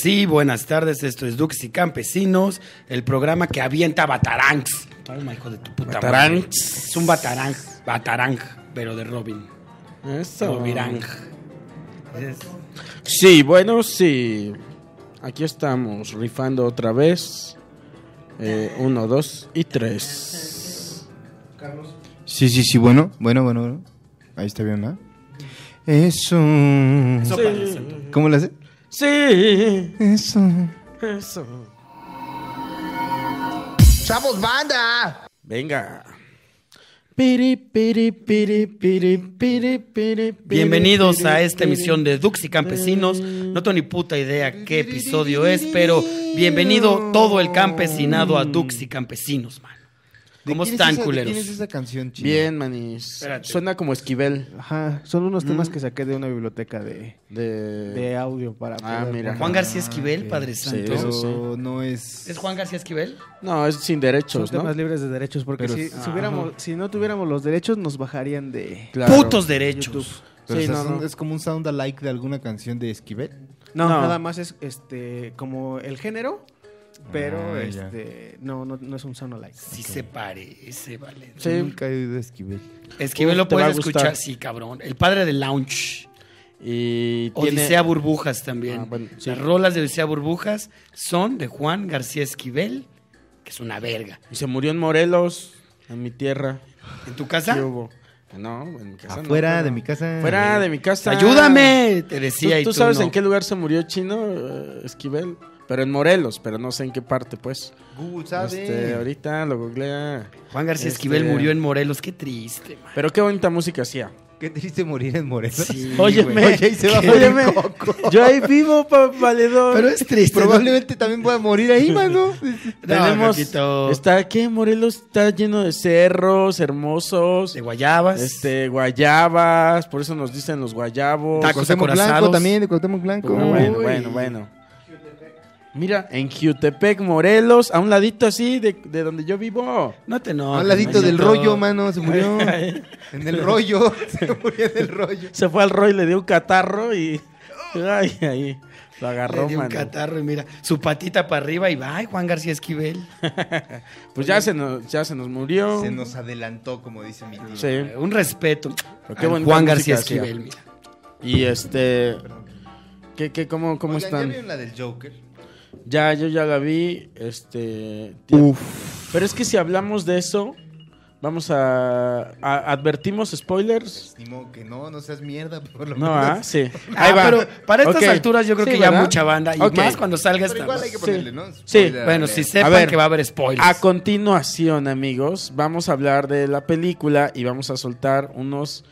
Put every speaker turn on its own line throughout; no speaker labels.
Sí, buenas tardes, esto es Dux y Campesinos, el programa que avienta batarangs. Toma, hijo de tu puta madre.
Batarangs.
Es un batarang, batarang, pero de Robin.
Eso.
Robirang. Es-
Sí, bueno, sí. Aquí estamos, rifando otra vez. Eh, uno, dos y tres.
Sí, sí, sí, bueno, bueno, bueno, bueno. Ahí está bien, ¿no? Eso.
Eso
Sí.
parece.
¿Cómo lo hace?
Sí,
Eso.
eso.
¡Chavos, banda!
Venga. Piri, piri, piri, piri, piri, piri, piri,
Bienvenidos
piri,
a esta
piri.
emisión de Dux y Campesinos. No tengo ni puta idea qué episodio es, pero bienvenido todo el campesinado a Dux y Campesinos, mano. ¿Cómo están,
¿Quién es
culeros?
esa canción, chino?
Bien, manis.
Espérate.
Suena como Esquivel.
Ajá, son unos temas que saqué de una biblioteca de,
De...
de audio para
Ah,
poder
mira.
poner.
Juan García Esquivel,
ok.
Padre
Sí,
Santo.
Pero
eso sí.
no es.
¿Es Juan García Esquivel?
No, es sin
Son
derechos, ¿no?
temas libres de derechos porque
Pero
si,
sí.
si hubiéramos- si no tuviéramos los derechos nos bajarían de
Claro.
Putos derechos.
Pero,
Sí,
o sea,
no,
son-
no.
Es como un sound alike de alguna canción de Esquivel.
no,
No.
nada más es este como el género, pero
Ah, ya.
este no, no no es un sound alike.
Sí se parece, vale.
Sí.
Nunca he oído Esquivel.
Esquivel lo
Te va a
puedes escuchar,
gustar.
sí, cabrón. El padre de Lounge.
Y tiene...
Odisea Burbujas también.
Ah, bueno, sí.
Las rolas de Odisea Burbujas son de Juan García Esquivel, que es una verga.
Y se murió en Morelos, en mi tierra.
¿En tu casa?
¿Qué hubo? No, en mi casa no,
Afuera
pero-
de mi casa.
Fuera de mi casa.
Pues Ayúdame, te
¿Tú,
decía. y
tú sabes
no.
en qué lugar se murió Chino eh, Esquivel? Pero en Morelos, pero no sé en qué parte, pues.
Google sabe.
Este, ahorita lo googlea.
Juan García
Este-
Esquivel murió en Morelos, qué triste, man.
Pero qué bonita música hacía.
Qué triste morir en Morelos.
Sí,
Óyeme,
güey.
Oye, y se va a
¿Qué?
morir
Óyeme.
Coco.
Yo ahí vivo, pa- valedor.
Pero es triste. ¿no?
Probablemente también voy a morir ahí, mano.
No,
tenemos. este
Coquito,
está aquí Morelos, está lleno de cerros hermosos.
de guayabas.
Este, guayabas, por eso nos dicen los guayabos.
Tacos
Cuauhtémoc Blanco
acorazados.
también, de Cuauhtémoc Blanco.
Ah, bueno, bueno, bueno. Mira, en Jutepec, Morelos, a un ladito así de, de donde yo vivo.
No te no.
A un ladito del rollo, mano, se murió. En el rollo, se murió en el rollo.
Se fue al Roy, le dio un catarro y. Ay, ahí.
Le
Lo agarró,
dio un
mano.
catarro y mira, su patita para arriba y va, ay, Juan García Esquivel.
Pues ya se nos, ya se nos murió.
Se nos adelantó, como dice mi tío.
Sí.
Eh, Un respeto.
Pero qué
al
bonita
Juan
música
García
hacía.
Esquivel, mira.
Y este. ¿Qué, qué, cómo, cómo
Oigan,
están?
¿Ya vieron la del Joker?
Ya, yo ya la vi. Este. tía- Pero es que si hablamos de eso, vamos a. a- ¿Advertimos spoilers?
Pues, Ni modo que no, no seas mierda, por lo
No, ah,
menos.
sí.
Ah,
Ahí va.
pero para estas
Ok.
alturas yo creo
Sí,
que ya
¿verdad?
mucha banda. Y
Ok.
más cuando salga
Pero
esta.
igual hay que
Sí.
ponerle, ¿no?
Sí.
Spoiler
Bueno,
alert.
si sepan
ver,
que va a haber spoilers.
A continuación, amigos, vamos a hablar de la película y vamos a soltar unos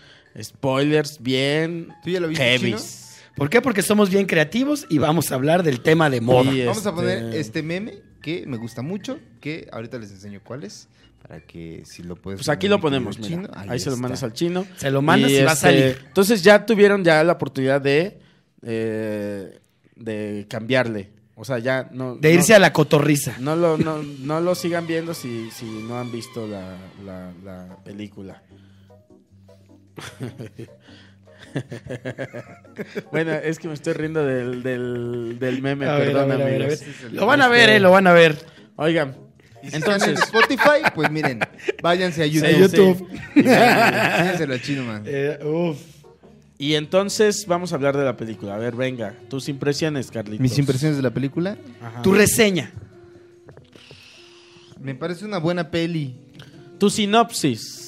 spoilers bien
¿Tú ya lo viste,
heavies.
¿Por qué? Porque somos bien creativos y vamos a hablar del tema de moda.
Y
Vamos a poner
este-
este meme que me gusta mucho, que ahorita les enseño cuál es, para que si lo puedes...
Pues aquí lo
poner,
ponemos, mira.
chino,
Ahí, se lo
está.
mandas al chino. este,
Se lo mandas y va a salir.
Entonces ya tuvieron ya la oportunidad de, eh, de cambiarle. O sea, ya no...
De irse
no,
a la cotorriza.
No lo, no, no lo sigan viendo si, si no han visto la, la- la película. bueno, es que me estoy riendo del, del, del meme,
A ver,
perdón,
a ver, a ver, a
amigos.
ver. Lo van a ver,
Este-
eh, lo van a ver.
Oigan,
Y si Entonces, en Spotify, pues miren, váyanse a YouTube.
Sí, Eh, YouTube.
Y vean, enséñaselo al chino, man.
y entonces vamos a hablar de la película. A ver, venga, tus impresiones, Carlitos.
Mis impresiones de la película,
Ajá.
Tu reseña.
me parece una buena peli.
Tu sinopsis.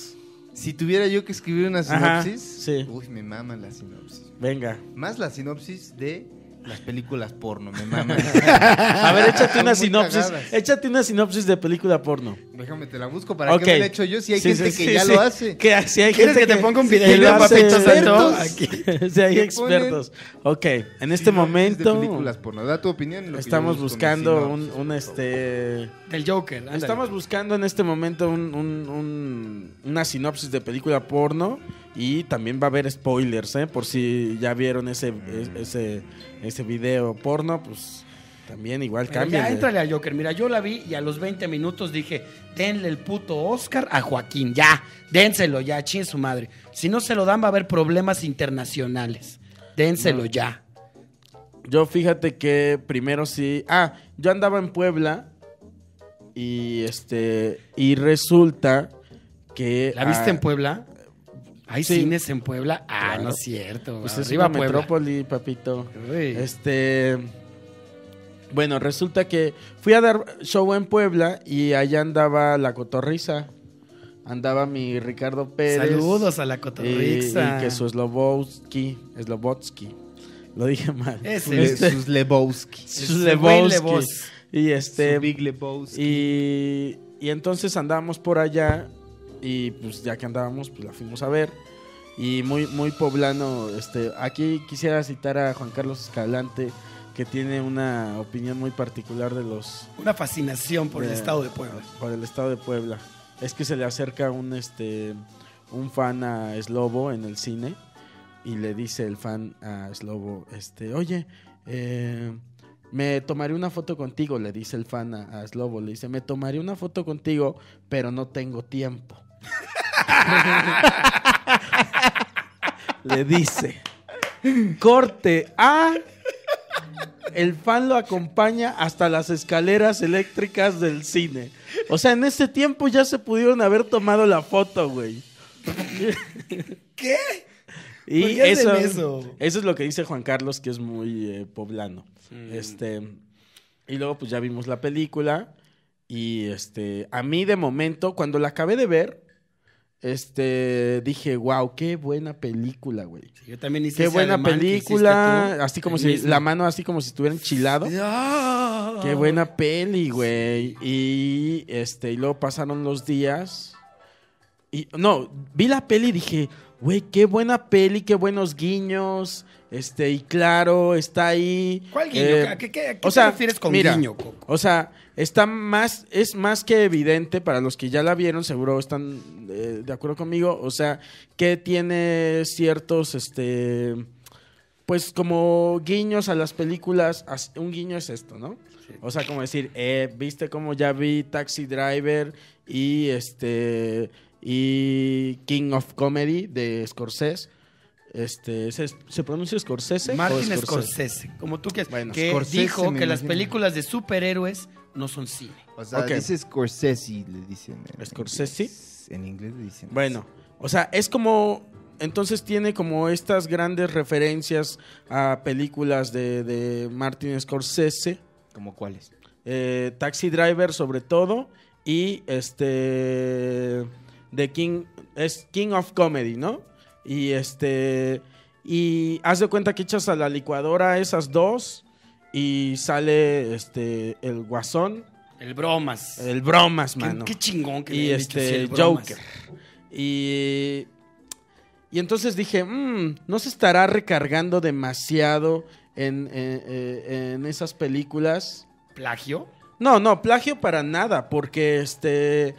Si tuviera yo que escribir una
Ajá,
sinopsis,
sí.
uy, me mama la sinopsis.
Venga.
Más la sinopsis de las películas porno, me mama.
A ver, échate una
Son muy
sinopsis.
cagadas.
Échate una sinopsis de película porno.
Déjame, te la busco para
Ok.
que me la he hecho yo, si hay
Sí,
gente
sí,
que
sí,
ya
sí.
lo hace.
Que, si hay
¿Quieres
gente
que te ponga un video
que lo
de
hace-
Papito Santo?
expertos.
Aquí.
si hay
¿Qué
expertos. Ok, en este
Sinopsis De
momento
películas porno, da tu opinión. lo que
estamos
yo busco, mi
buscando un,
sinopsis,
un,
por favor.
este...
Del Joker. ándale.
Estamos buscando en este momento un- un- un- una sinopsis de película porno y también va a haber spoilers, ¿eh? Por si ya vieron ese,
Mm.
e- ese, ese video porno, pues también igual
Pero
cambia.
Ya entrale al Joker. Mira, yo la vi y a los 20 minutos dije, denle el puto Oscar a Joaquín, ya, dénselo ya, chin su madre. Si no se lo dan va a haber problemas internacionales. Dénselo ya.
Yo fíjate que primero sí. Ah, yo andaba en Puebla. Y este. Y resulta que.
¿La viste
ah,
en Puebla? ¿Hay
sí.
cines en Puebla? Ah,
Claro.
no es cierto.
Pues es
Arriba
una
Puebla.
metrópoli, papito.
Uy.
Este. Bueno, resulta que fui a dar show en Puebla y allá andaba la cotorriza. Andaba mi Ricardo Pérez.
Saludos a la
Y,
cotorriza.
y que su Slobowski. Slobotsky. Lo dije mal.
Ese.
Este,
Sus
Lebowski.
Güey,
Slebowski.
Lebowski.
Y este.
Big Lebowski.
Y, y entonces andábamos por allá y pues ya que andábamos pues la fuimos a ver y muy muy poblano este aquí quisiera citar a Juan Carlos Escalante que tiene una opinión muy particular de los
Una fascinación por el
de-
estado de Puebla.
Eh, por el estado de Puebla es que se le acerca un este un fan a Slobo en el cine y le dice el fan a Slobo este oye eh, me tomaré una foto contigo, le dice el fan a, a Slobo. Le dice, me tomaré una foto contigo, pero no tengo tiempo. le dice. Corte ah, A. El fan lo acompaña hasta las escaleras eléctricas del cine. O sea, en ese tiempo ya se pudieron haber tomado la foto, güey.
¿Qué?
Y
¿Por qué hacen
eso,
eso?
eso es lo que dice Juan Carlos, que es muy eh, poblano.
Mm.
Este, y luego, pues ya vimos la película. Y este, a mí de momento, cuando la acabé de ver, este, dije, wow, qué buena película, güey.
Yo también hice
Qué
ese
buena
alemán que hiciste
película.
tú,
Así como
el
si
mismo.
la mano, así como si estuviera enchilado.
Ah.
Qué buena peli, güey. Y este, y luego pasaron los días. Y no, vi la peli y dije, güey, qué buena peli, qué buenos guiños. Este, y claro, está ahí.
¿Cuál guiño?
Eh,
¿A qué, qué- a qué
o sea,
te refieres con
mira,
guiño, Coco?
O sea, está más, es más que evidente para los que ya la vieron, seguro están eh, de acuerdo conmigo. O sea, que tiene ciertos, este, pues como guiños a las películas. as- Un guiño es esto, ¿no? O sea, como decir, eh, viste como ya vi Taxi Driver y este y King of Comedy de Scorsese. Este, ¿se, se pronuncia Scorsese? o
Martin
Scorsese?
Scorsese, como tú quieras,
Bueno,
que
Scorsese,
dijo
me
que las
imagino.
películas de superhéroes no son cine.
O sea,
Ok.
dice Scorsese, le dicen. en
¿Scorsese?
inglés. En inglés le dicen.
Bueno, o sea, es como. Entonces tiene como estas grandes referencias a películas de, de Martin Scorsese,
¿Como cuáles?
eh, Taxi Driver sobre todo, y este. The King. Es King of Comedy, ¿no? Y este. Y haz de cuenta que echas a la licuadora esas dos y sale este. El Guasón,
El bromas.
el Bromas,
qué,
mano.
qué chingón que le
y
hayan dicho así,
este
el bromas.
Joker. Y, y entonces dije, "Mm, no se estará recargando demasiado en, en- eh, en esas películas.
¿Plagio?
No, no, plagio para nada, porque este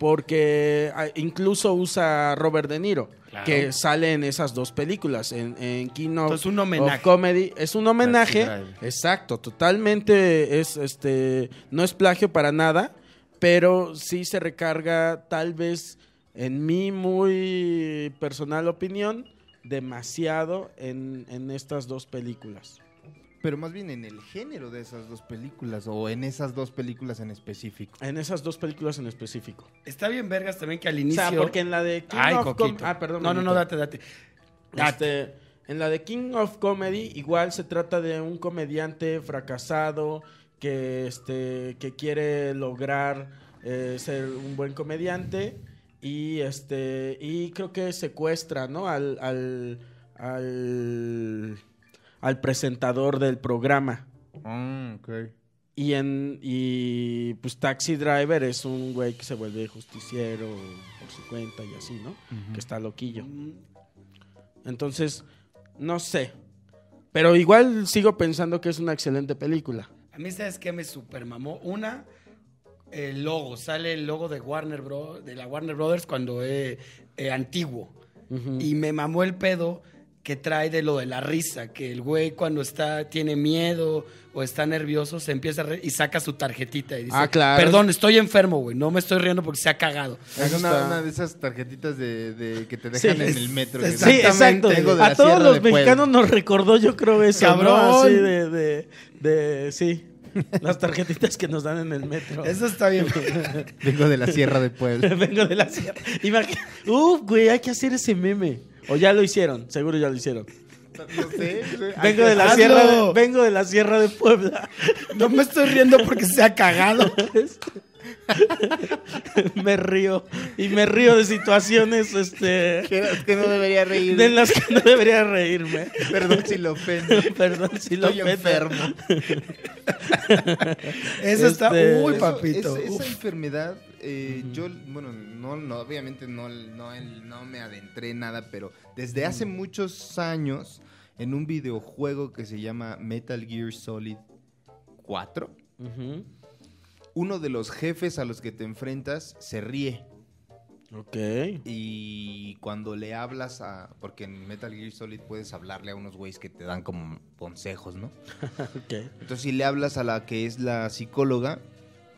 porque ah, incluso usa a Robert De Niro,
Claro.
que sale en esas dos películas, en, en Kino
Entonces, un
of
homenaje.
Comedy. Es un homenaje,
Taxi Driver.
exacto, totalmente es este no es plagio para nada, pero sí se recarga tal vez en mi muy personal opinión demasiado en, en estas dos películas.
Pero más bien en el género de esas dos películas o en esas dos películas en específico.
En esas dos películas en específico.
Está bien vergas también que al
oh. O
inicio...
sea, porque en la de King
Ay,
of Com-
Coquito.
Ah, perdón.
No, no, no,
manito.
date, date. Date.
Este, en la de King of Comedy, igual se trata de un comediante fracasado que, este, que quiere lograr eh, ser un buen comediante y, este, y creo que secuestra ¿no? al, al, al, al presentador del programa.
Ah, ok.
Y, en, y pues Taxi Driver es un güey que se vuelve justiciero por su cuenta y así, ¿no? Que está loquillo. Entonces, no sé. Pero igual sigo pensando que es una excelente película.
A mí, ¿sabes qué me supermamó? Una, el logo. Sale el logo de Warner
eh,
Bros. De la Warner Brothers cuando es antiguo.
Ujú.
Y me mamó el pedo
que trae de lo de la risa, que el güey cuando está tiene miedo o está nervioso se empieza a reír y saca su tarjetita y dice,
Ah, claro.
"Perdón, estoy enfermo, güey, no me estoy riendo porque se ha cagado."
Eso
Es una,
está.
una de esas tarjetitas de, de- que te dejan
Sí,
en
es-
el metro. que
Sí,
dice,
exacto.
Vengo de
A
la
todos
Sierra
los
de Puebla.
mexicanos nos recordó, yo creo, eso. ¿no?
¡Cabrón!
Así de, de, de- Sí. Las tarjetitas que nos dan en el metro.
Eso está bien.
Vengo de la Sierra de Puebla.
Vengo de la sierra. Imagi- Uf, güey, hay que hacer ese meme. O ya lo hicieron, seguro ya lo hicieron.
No sé, no sé.
Vengo de la
hazlo.
sierra de, vengo de la sierra de Puebla.
no me estoy riendo porque se ha cagado.
me río y me río de situaciones este
Que, que no debería reír.
de las que no debería reírme.
Perdón si lo ofendo.
Perdón si lo
Estoy
meto.
enfermo.
Eso está
Este-
uy,
Eso-
papito.
es-
Uf.
esa enfermedad, eh, yo, bueno, no, no, obviamente no, no, no me adentré en nada, pero desde hace muchos años, en un videojuego que se llama Metal Gear Solid 4,
Ujú.
uno de los jefes a los que te enfrentas se ríe.
Ok.
Y cuando le hablas a. Porque en Metal Gear Solid puedes hablarle a unos güeyes que te dan como consejos, ¿no?
Ok.
Entonces, si le hablas a la que es la psicóloga,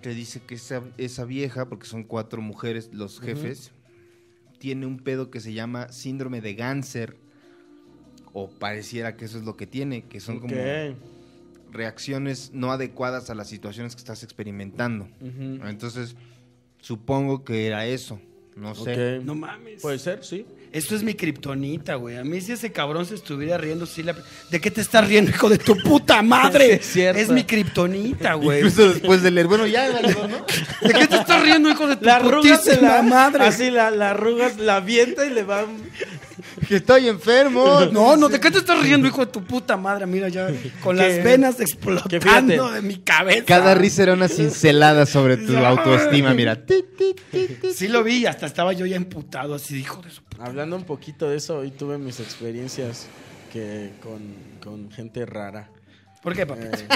te dice que esa, esa vieja, porque son cuatro mujeres los jefes, tiene un pedo que se llama síndrome de Ganser. O pareciera que eso es lo que tiene, que son
Ok.
como reacciones no adecuadas a las situaciones que estás experimentando.
Ujú.
Entonces, supongo que era eso. No sé.
Ok.
No mames.
Puede ser, sí.
Esto es mi kriptonita, güey. A mí si ese cabrón se estuviera riendo, sí la... ¿De qué te estás riendo, hijo de tu puta madre?
Es cierto.
Es mi kriptonita, güey.
Incluso después de leer, bueno, ya, valedor, ¿no?
¿De qué te estás riendo, hijo de tu
La arruga se
putísima
la Ah,
madre?
Así la, la arruga, la avienta y le va.
Que estoy enfermo.
No, no, ¿de qué te estás riendo, hijo de tu puta madre? Mira ya, con
Que-
las venas
que fíjate.
explotando de mi cabeza.
Cada risa era una cincelada sobre tu autoestima, mira. Tic, tic, tic, tic.
Sí lo vi, y hasta estaba yo ya emputado, así, hijo de su...
Hablando un poquito de eso, hoy tuve mis experiencias que con, con gente rara.
¿Por qué, papi?
Eh,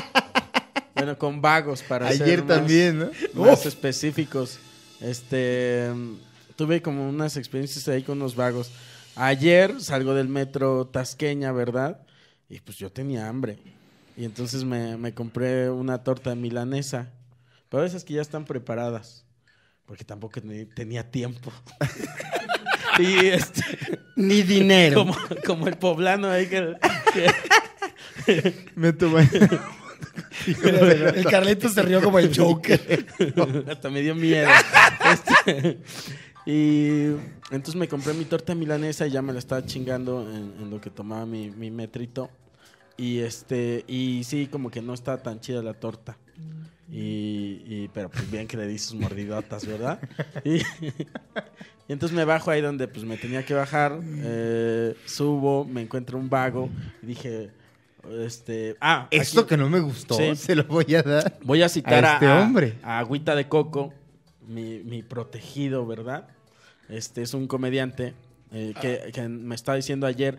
bueno, con vagos para ser
Ayer
más-
también, ¿no?
más
Uf.
específicos. Este mm, tuve como unas experiencias ahí con unos vagos. Ayer salgo del metro Tasqueña, ¿verdad? Y pues yo tenía hambre. Y entonces me, me compré una torta milanesa. Pero esas que ya están preparadas. Porque tampoco ni- tenía tiempo. y este,
Ni dinero.
como, como el poblano ahí que, que-
Me tomé.
El Carlito se rió como el Joker.
Hasta me dio miedo. Este, y entonces me compré mi torta milanesa y ya me la estaba chingando en, en lo que tomaba mi, mi metrito. Y este, y sí, como que no está tan chida la torta. Y, y- pero pues bien que le di sus mordidotas, ¿verdad? Y, y entonces me bajo ahí donde pues me tenía que bajar, eh, subo, me encuentro un vago y dije, este, ah,
Esto
aquí-
que no me gustó,
Sí.
se lo voy a dar.
Voy a citar
A
a,
este
a-
hombre.
a Agüita de Coco, mi, mi protegido, ¿verdad? Este es un comediante eh, que, que me está diciendo ayer,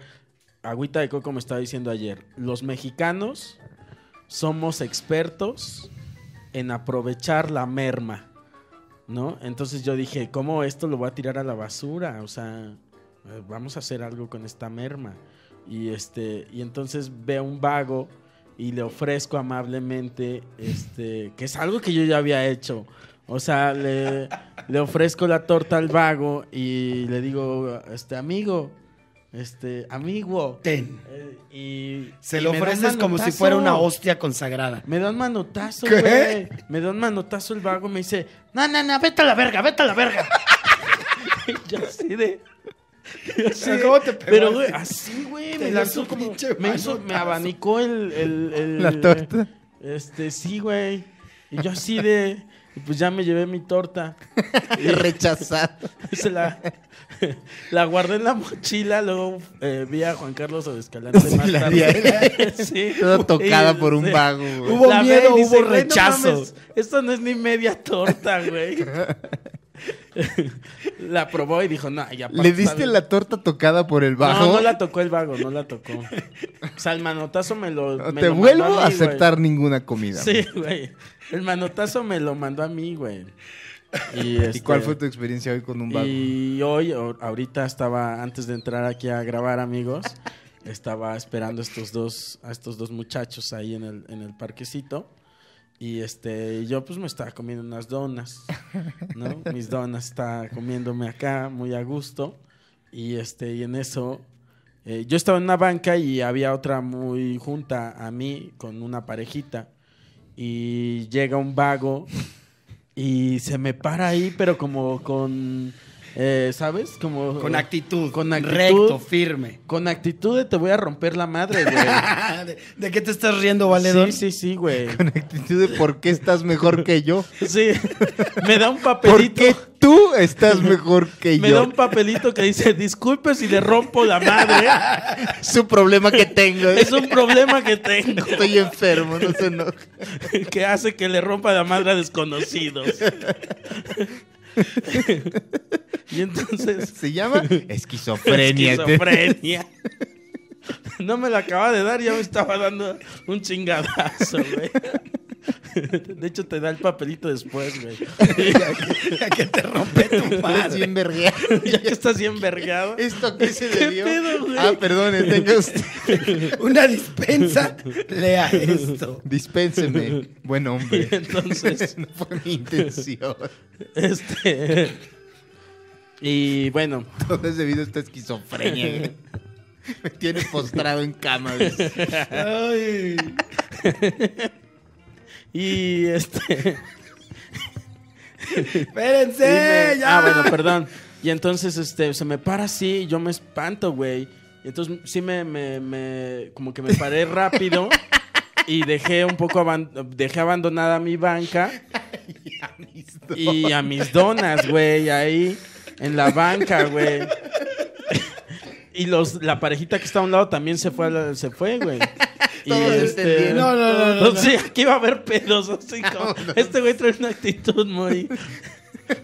Agüita de Coco me está diciendo ayer, los mexicanos somos expertos en aprovechar la merma, ¿no? Entonces yo dije, ¿cómo esto lo voy a tirar a la basura? O sea, eh, vamos a hacer algo con esta merma. Y este, y entonces veo un vago y le ofrezco amablemente, este, que es algo que yo ya había hecho. O sea, le, le ofrezco la torta al vago y le digo, este, amigo, este, amigo.
Ten.
Eh, y,
Se
y
lo
me da un
ofreces como si
manotazo.
fuera una hostia consagrada.
Me da un manotazo,
¿Qué?
güey. Me da un manotazo el vago, me dice, no, no, no, vete a la verga, vete a la verga. Y yo así de... yo así de-
¿Cómo te pegó
Pero,
así?
güey, así, güey,
Te
me
dio
lanzó
su
como...
pinche
Me, hizo, me
manotazo.
abanicó el, el- el-
La torta.
Este, sí, güey. Y yo así de... y Pues ya me llevé mi torta.
Rechazado.
Se la, la guardé en la mochila, luego eh, vi a Juan Carlos Odescalante más
la
tarde. Sí.
Toda tocada por un
Sí.
vago, güey.
Hubo
La ve
miedo,
y dice,
hubo
"Güey, no
rechazo".
mames, esto no es ni media torta, güey. la probó y dijo, no, ya
Le diste la torta tocada por el vago.
No, no la tocó el vago, no la tocó. O sea, el manotazo me lo.
No
me
te
lo mandó
vuelvo
mí,
a
güey.
aceptar ninguna comida.
Sí, güey. El manotazo me lo mandó a mí, güey. ¿Y,
¿Y
este,
cuál fue tu experiencia hoy con un vago?
y hoy, o- ahorita estaba, antes de entrar aquí a grabar, amigos, estaba esperando a estos dos, a estos dos muchachos ahí en el, en el parquecito. Y este, yo pues me estaba comiendo unas donas, ¿no? Mis donas estaba comiéndome acá muy a gusto. Y este, y en eso, eh, yo estaba en una banca y había otra muy junta a mí con una parejita. Y llega un vago y se me para ahí, pero como con, eh, ¿sabes? Como
Con actitud.
Eh, Con actitud.
Recto, firme.
Con actitud de te voy a romper la madre, güey.
¿De, de qué te estás riendo, valedor?
Sí, sí, sí, güey.
Con actitud de por qué estás mejor que yo.
Sí. Me da un
¿Por
papelito.
qué tú estás mejor que
Me da
yo?
un papelito que dice, disculpe si le rompo la madre.
Su problema que tengo. ¿eh?
Es un problema que tengo
Estoy enfermo, no se enoje.
que hace que le rompa la madre a desconocidos. Y entonces,
Se llama esquizofrenia.
esquizofrenia. No me la acaba de dar, ya me estaba dando un chingadazo, güey. De hecho, te da el papelito después, güey.
Ya que te rompe tu
Eres
madre.
bien vergueado.
Ya que estás bien vergado.
¿Esto a qué se debió?
pedo, güey?
ah, perdone, tenga usted.
Una dispensa, lea esto.
Dispénseme, buen hombre.
Entonces,
no fue mi intención.
Este. Y bueno,
Todo es debido a esta esquizofrenia. güey. Me tiene postrado en cama. güey.
Ay.
y este.
Espérense,
y me-
ya.
Ah, bueno, perdón. Y entonces, este, se me para así, y yo me espanto, güey. Y entonces sí me, me- me- como que me paré rápido y dejé un poco aban- dejé abandonada mi banca y a mis donas, güey, ahí en la banca, güey. Y los, la parejita que está a un lado también se fue, a la- se fue, güey. Y este,
Todos entendieron.
No, no, no, no,
Entonces,
no. Ah,
Sí, aquí va a haber pedos. Así como, este güey trae una actitud muy.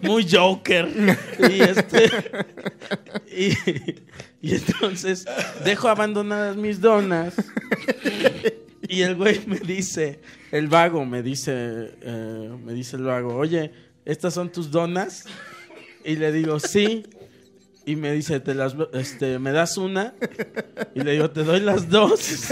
Muy Joker. Y este. Y, y entonces dejo abandonadas mis donas. Y el güey me dice, el vago me dice, eh, me dice el vago, oye, ¿estas son tus donas? Y le digo, sí. Y me dice, ¿te las, este, me das una? Y le digo, te doy las dos.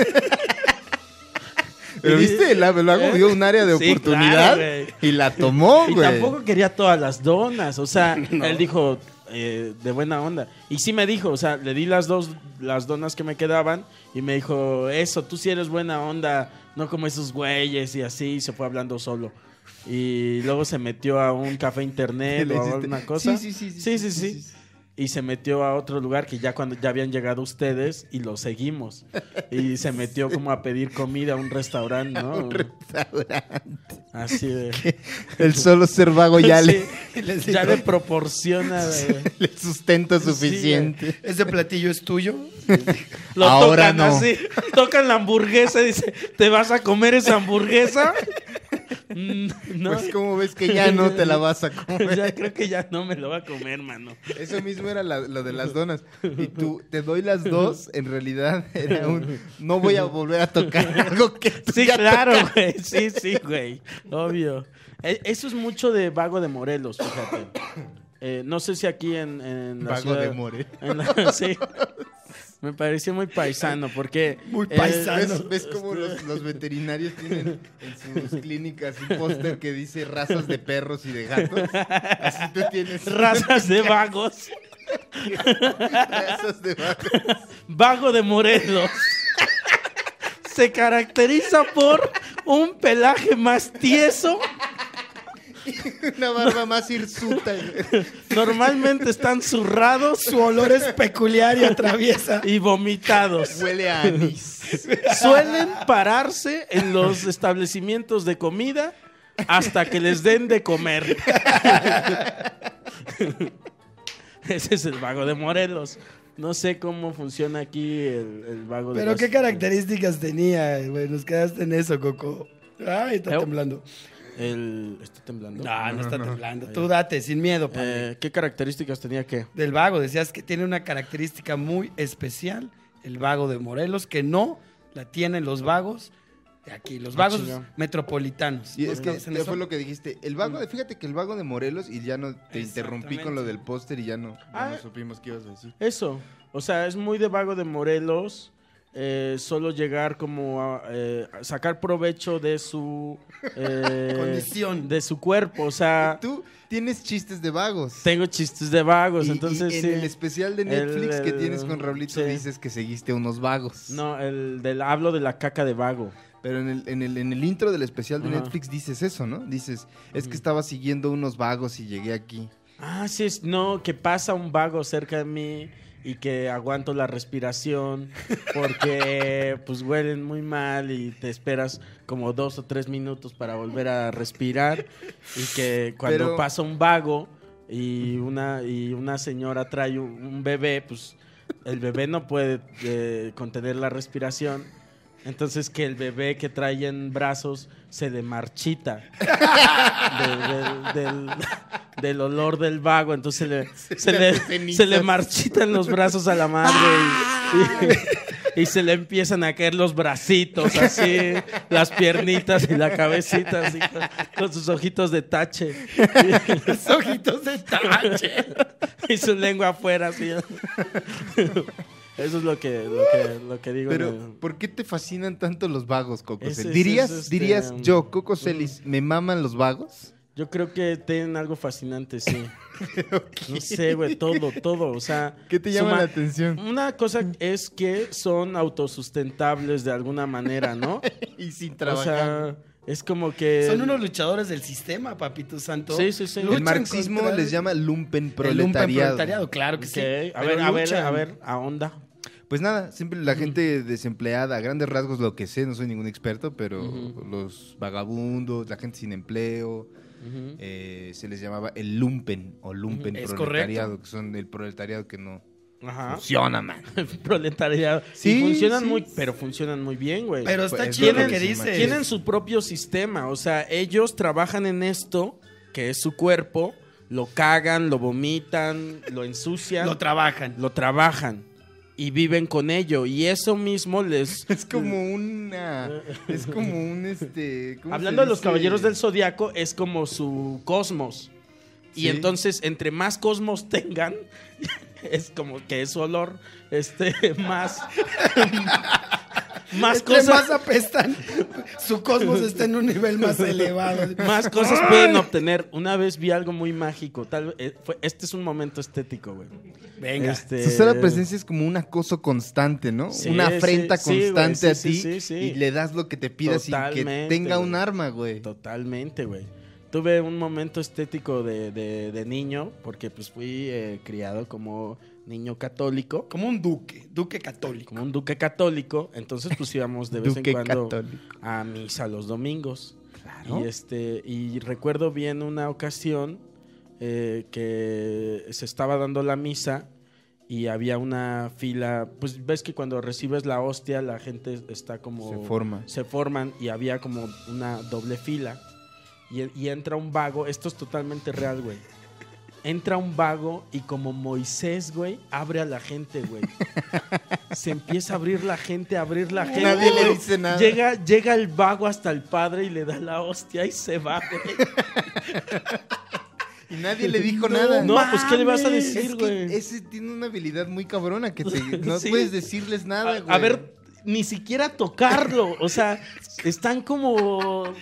Pero viste, el ave- el lago dio un área de
Sí,
oportunidad
claro, güey.
y la tomó,
Y
güey.
tampoco quería todas las donas. O sea, él dijo eh, de buena onda. Y sí me dijo, o sea, le di las dos las donas que me quedaban y me dijo, eso, tú sí eres buena onda, no como esos güeyes y así, y se fue hablando solo. Y luego se metió a un café
¿Qué
internet
le
o a
hiciste?
una cosa.
Sí, sí, sí, sí,
Sí, sí,
sí, sí,
sí.
sí.
Y se metió a otro lugar que ya cuando ya habían llegado ustedes y lo seguimos. Y se metió como a pedir comida a un restaurante, ¿no? Así de...
El solo ser vago ya
Sí.
le,
ya le proporciona. güey.
le sustenta
Sí,
suficiente.
¿Ese platillo es tuyo?
Lo
Ahora
tocan
no.
así. Tocan la hamburguesa y dice, ¿te vas a comer esa hamburguesa? Mm, no.
Pues como ves que ya no te la vas a comer.
ya creo que ya no me lo va a comer, mano.
Eso mismo era la- lo de las donas. Y tú, te doy las dos, en realidad era un... No voy a volver a tocar algo que tú
Sí,
ya
claro,
tocaste.
güey. Sí, sí, güey. Obvio. E- Eso es mucho de Vago de Morelos, fíjate. Eh, no sé si aquí en, en la
Vago de
ciudad-
More.
en la- sí. Me pareció muy paisano porque...
Muy
eh,
paisano.
¿Ves, ves cómo los, los veterinarios tienen en sus clínicas un póster que dice razas de perros y de gatos? Así tú tienes
razas de vagos.
razas de vacas.
Vago de Morelos. Se caracteriza por un pelaje más tieso.
Una barba más hirsuta. güey.
Normalmente están zurrados
Su olor es peculiar y atraviesa.
y vomitados.
Huele a anís.
Suelen pararse en los establecimientos de comida hasta que les den de comer. Ese es el vago de Morelos. No sé cómo funciona aquí el, el vago de
Pero
los-
qué características tenía, güey. Nos quedaste en eso, Coco. Ay, está
Eh,
temblando. Ah,
el- Ah, Está temblando.
No, no está temblando. Tú date, sin miedo, padre.
Eh, ¿Qué características tenía qué?
del vago. Decías que tiene una característica muy especial, el vago de Morelos, que no la tienen los vagos de aquí, los vagos
Ah, chinga.
metropolitanos.
Pues
Y es
¿No
que
conocen
eso
eso?
fue lo que dijiste. El vago
Mm.
de, fíjate que el vago de Morelos, y ya no te interrumpí con lo del póster y ya no, ya
Ah.
no supimos qué ibas a decir.
Eso. O sea, es muy de vago de Morelos. eh, solo llegar como a eh, a sacar provecho de su eh,
Condición.
de su cuerpo, o sea,
Tú tienes chistes de vagos.
tengo chistes de vagos,
Y- y
pues, entonces
en
sí.
el especial de Netflix
El-
que tienes con Raulito
sí.
dices que seguiste a unos vagos.
No, el del hablo de la caca de vago.
Pero en el, en el, en el intro del especial de
Ajá.
Netflix dices eso, ¿no? Dices, es que estaba siguiendo unos vagos y llegué aquí.
Ah, sí, es, no, que pasa un vago cerca de mí y que aguanto la respiración porque pues huelen muy mal y te esperas como dos o tres minutos para volver a respirar y que cuando
Pero-
pasa un vago y una, y una señora trae un, un bebé, pues el bebé no puede eh, contener la respiración. Entonces que el bebé que trae en brazos se le marchita del, del- del- del olor del vago, entonces le- se, le, se le marchitan los brazos a la madre y, y- y se le empiezan a caer los bracitos, así, las piernitas y la cabecita, así, con, con sus ojitos de tache
Los ojitos de tache.
y su lengua afuera, así. Eso es lo que, lo que, lo que digo.
Pero,
de-
¿por qué te fascinan tanto los vagos, Coco
Ese-
Celis?
ese
¿Dirías,
es, este,
dirías
um,
yo, Coco Celis, me maman los vagos?
Yo creo que tienen algo fascinante, sí. No sé, güey, todo, todo, o sea...
¿Qué te llama
su ma-
la atención?
Una cosa es que son autosustentables de alguna manera, ¿no?
Y sin
o sea, es como que...
Son unos luchadores del sistema, papito santo.
Sí, sí, sí.
Luchan
el marxismo
contra
les
el-
llama lumpen
el lumpen
proletariado.
proletariado, Claro que
Ok,
sí.
A
pero
ver, a ver,
luchan.
a ver, a onda.
Pues nada, siempre la gente desempleada, a grandes rasgos lo que sé, no soy ningún experto, pero los vagabundos, la gente sin empleo, eh, se les llamaba el lumpen o lumpen
Ujú. Es
proletariado, que son el proletariado que no
Ajá.
funciona, man.
Proletariado.
Sí,
Sí, funcionan
sí.
muy, pero funcionan muy bien, güey.
Pero está
Pues, es
chido
lo
lo que
que se
dices.
maneja.
tienen su propio sistema, o sea, ellos trabajan en esto, que es su cuerpo, lo cagan, lo vomitan, lo ensucian,
Lo trabajan.
lo trabajan y viven con ello y eso mismo les
Es como una. Es como un este. ¿cómo se
Hablando de los
dice?
caballeros del zodiaco, es como su cosmos. Y
Sí.
entonces, entre más cosmos tengan, es como que su olor, este, más. más
Entre más
cosas.
apestan, su cosmos está en un nivel más elevado.
Más cosas pueden obtener. Una vez vi algo muy mágico. Tal, eh, fue- este es un momento estético, güey.
Venga.
Este,
Su sola presencia es como un acoso constante, ¿no?
Sí,
una
sí,
afrenta
sí, güey,
constante
sí,
a ti
sí, sí, sí.
y le das lo que te pidas sin que
Totalmente,
tenga un
güey.
arma, güey.
Totalmente, güey. Tuve un momento estético de, de- de niño, porque pues fui eh, criado como niño católico.
Como un duque, duque católico.
como un duque católico, entonces pues íbamos de vez en cuando a misa los domingos. Y este y recuerdo bien una ocasión eh, que se estaba dando la misa y había una fila, pues ves que cuando recibes la hostia la gente está como
Se forma.
se forman y había como una doble fila. Y, y entra un vago, esto es totalmente real, güey. Entra un vago y como Moisés, güey, abre a la gente, güey. Se empieza a abrir la gente, a abrir la gente. Uh,
Nadie le dice nada.
Llega, llega el vago hasta el padre y le da la hostia y se va, güey.
Y nadie le dijo nada.
No, pues ¿qué le vas a
Es
decir,
que
güey?
ese tiene una habilidad muy cabrona que te- no
Sí.
puedes decirles nada, güey.
A, a ver, ni siquiera tocarlo. O sea, están como.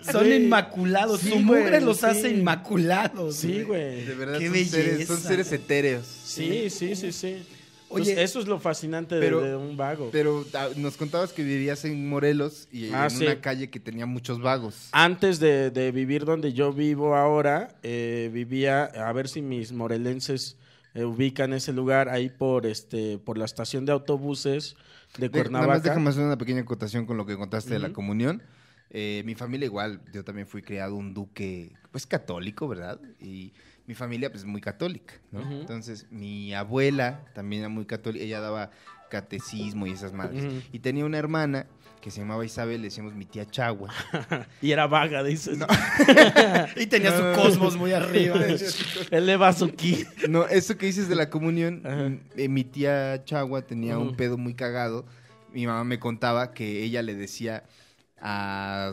Son
Güey,
inmaculados.
sí,
su mugre
güey,
los
sí.
hace inmaculados.
Sí, güey.
De verdad,
Qué
son seres, son
belleza.
seres etéreos.
Sí, sí, sí, sí.
Oye,
Entonces, eso es lo fascinante de-
pero-
de, un vago.
Pero ah, nos contabas que vivías en Morelos y
Ah,
en
sí.
una calle que tenía muchos vagos.
Antes de, de vivir donde yo vivo ahora, eh, vivía, a ver si mis morelenses eh, ubican ese lugar, ahí por este por la estación de autobuses de
De- nada más
Cuernavaca.
déjame hacer una pequeña acotación con lo que contaste de la comunión. Eh, mi familia igual, yo también fui criado un duque, pues católico, ¿verdad? Y mi familia pues muy católica, ¿no?
Ujú.
Entonces mi abuela también era muy católica, ella daba catecismo y esas madres.
Ujú.
Y tenía una hermana que se llamaba Isabel, le decíamos mi tía Chagua.
Y era vaga, dices.
Y tenía
Ah.
su cosmos muy arriba.
Eleva su ki.
No, eso que dices de la comunión,
Ajá.
mm, eh, mi tía Chagua tenía un
Ujú.
pedo muy cagado. Mi mamá me contaba que ella le decía a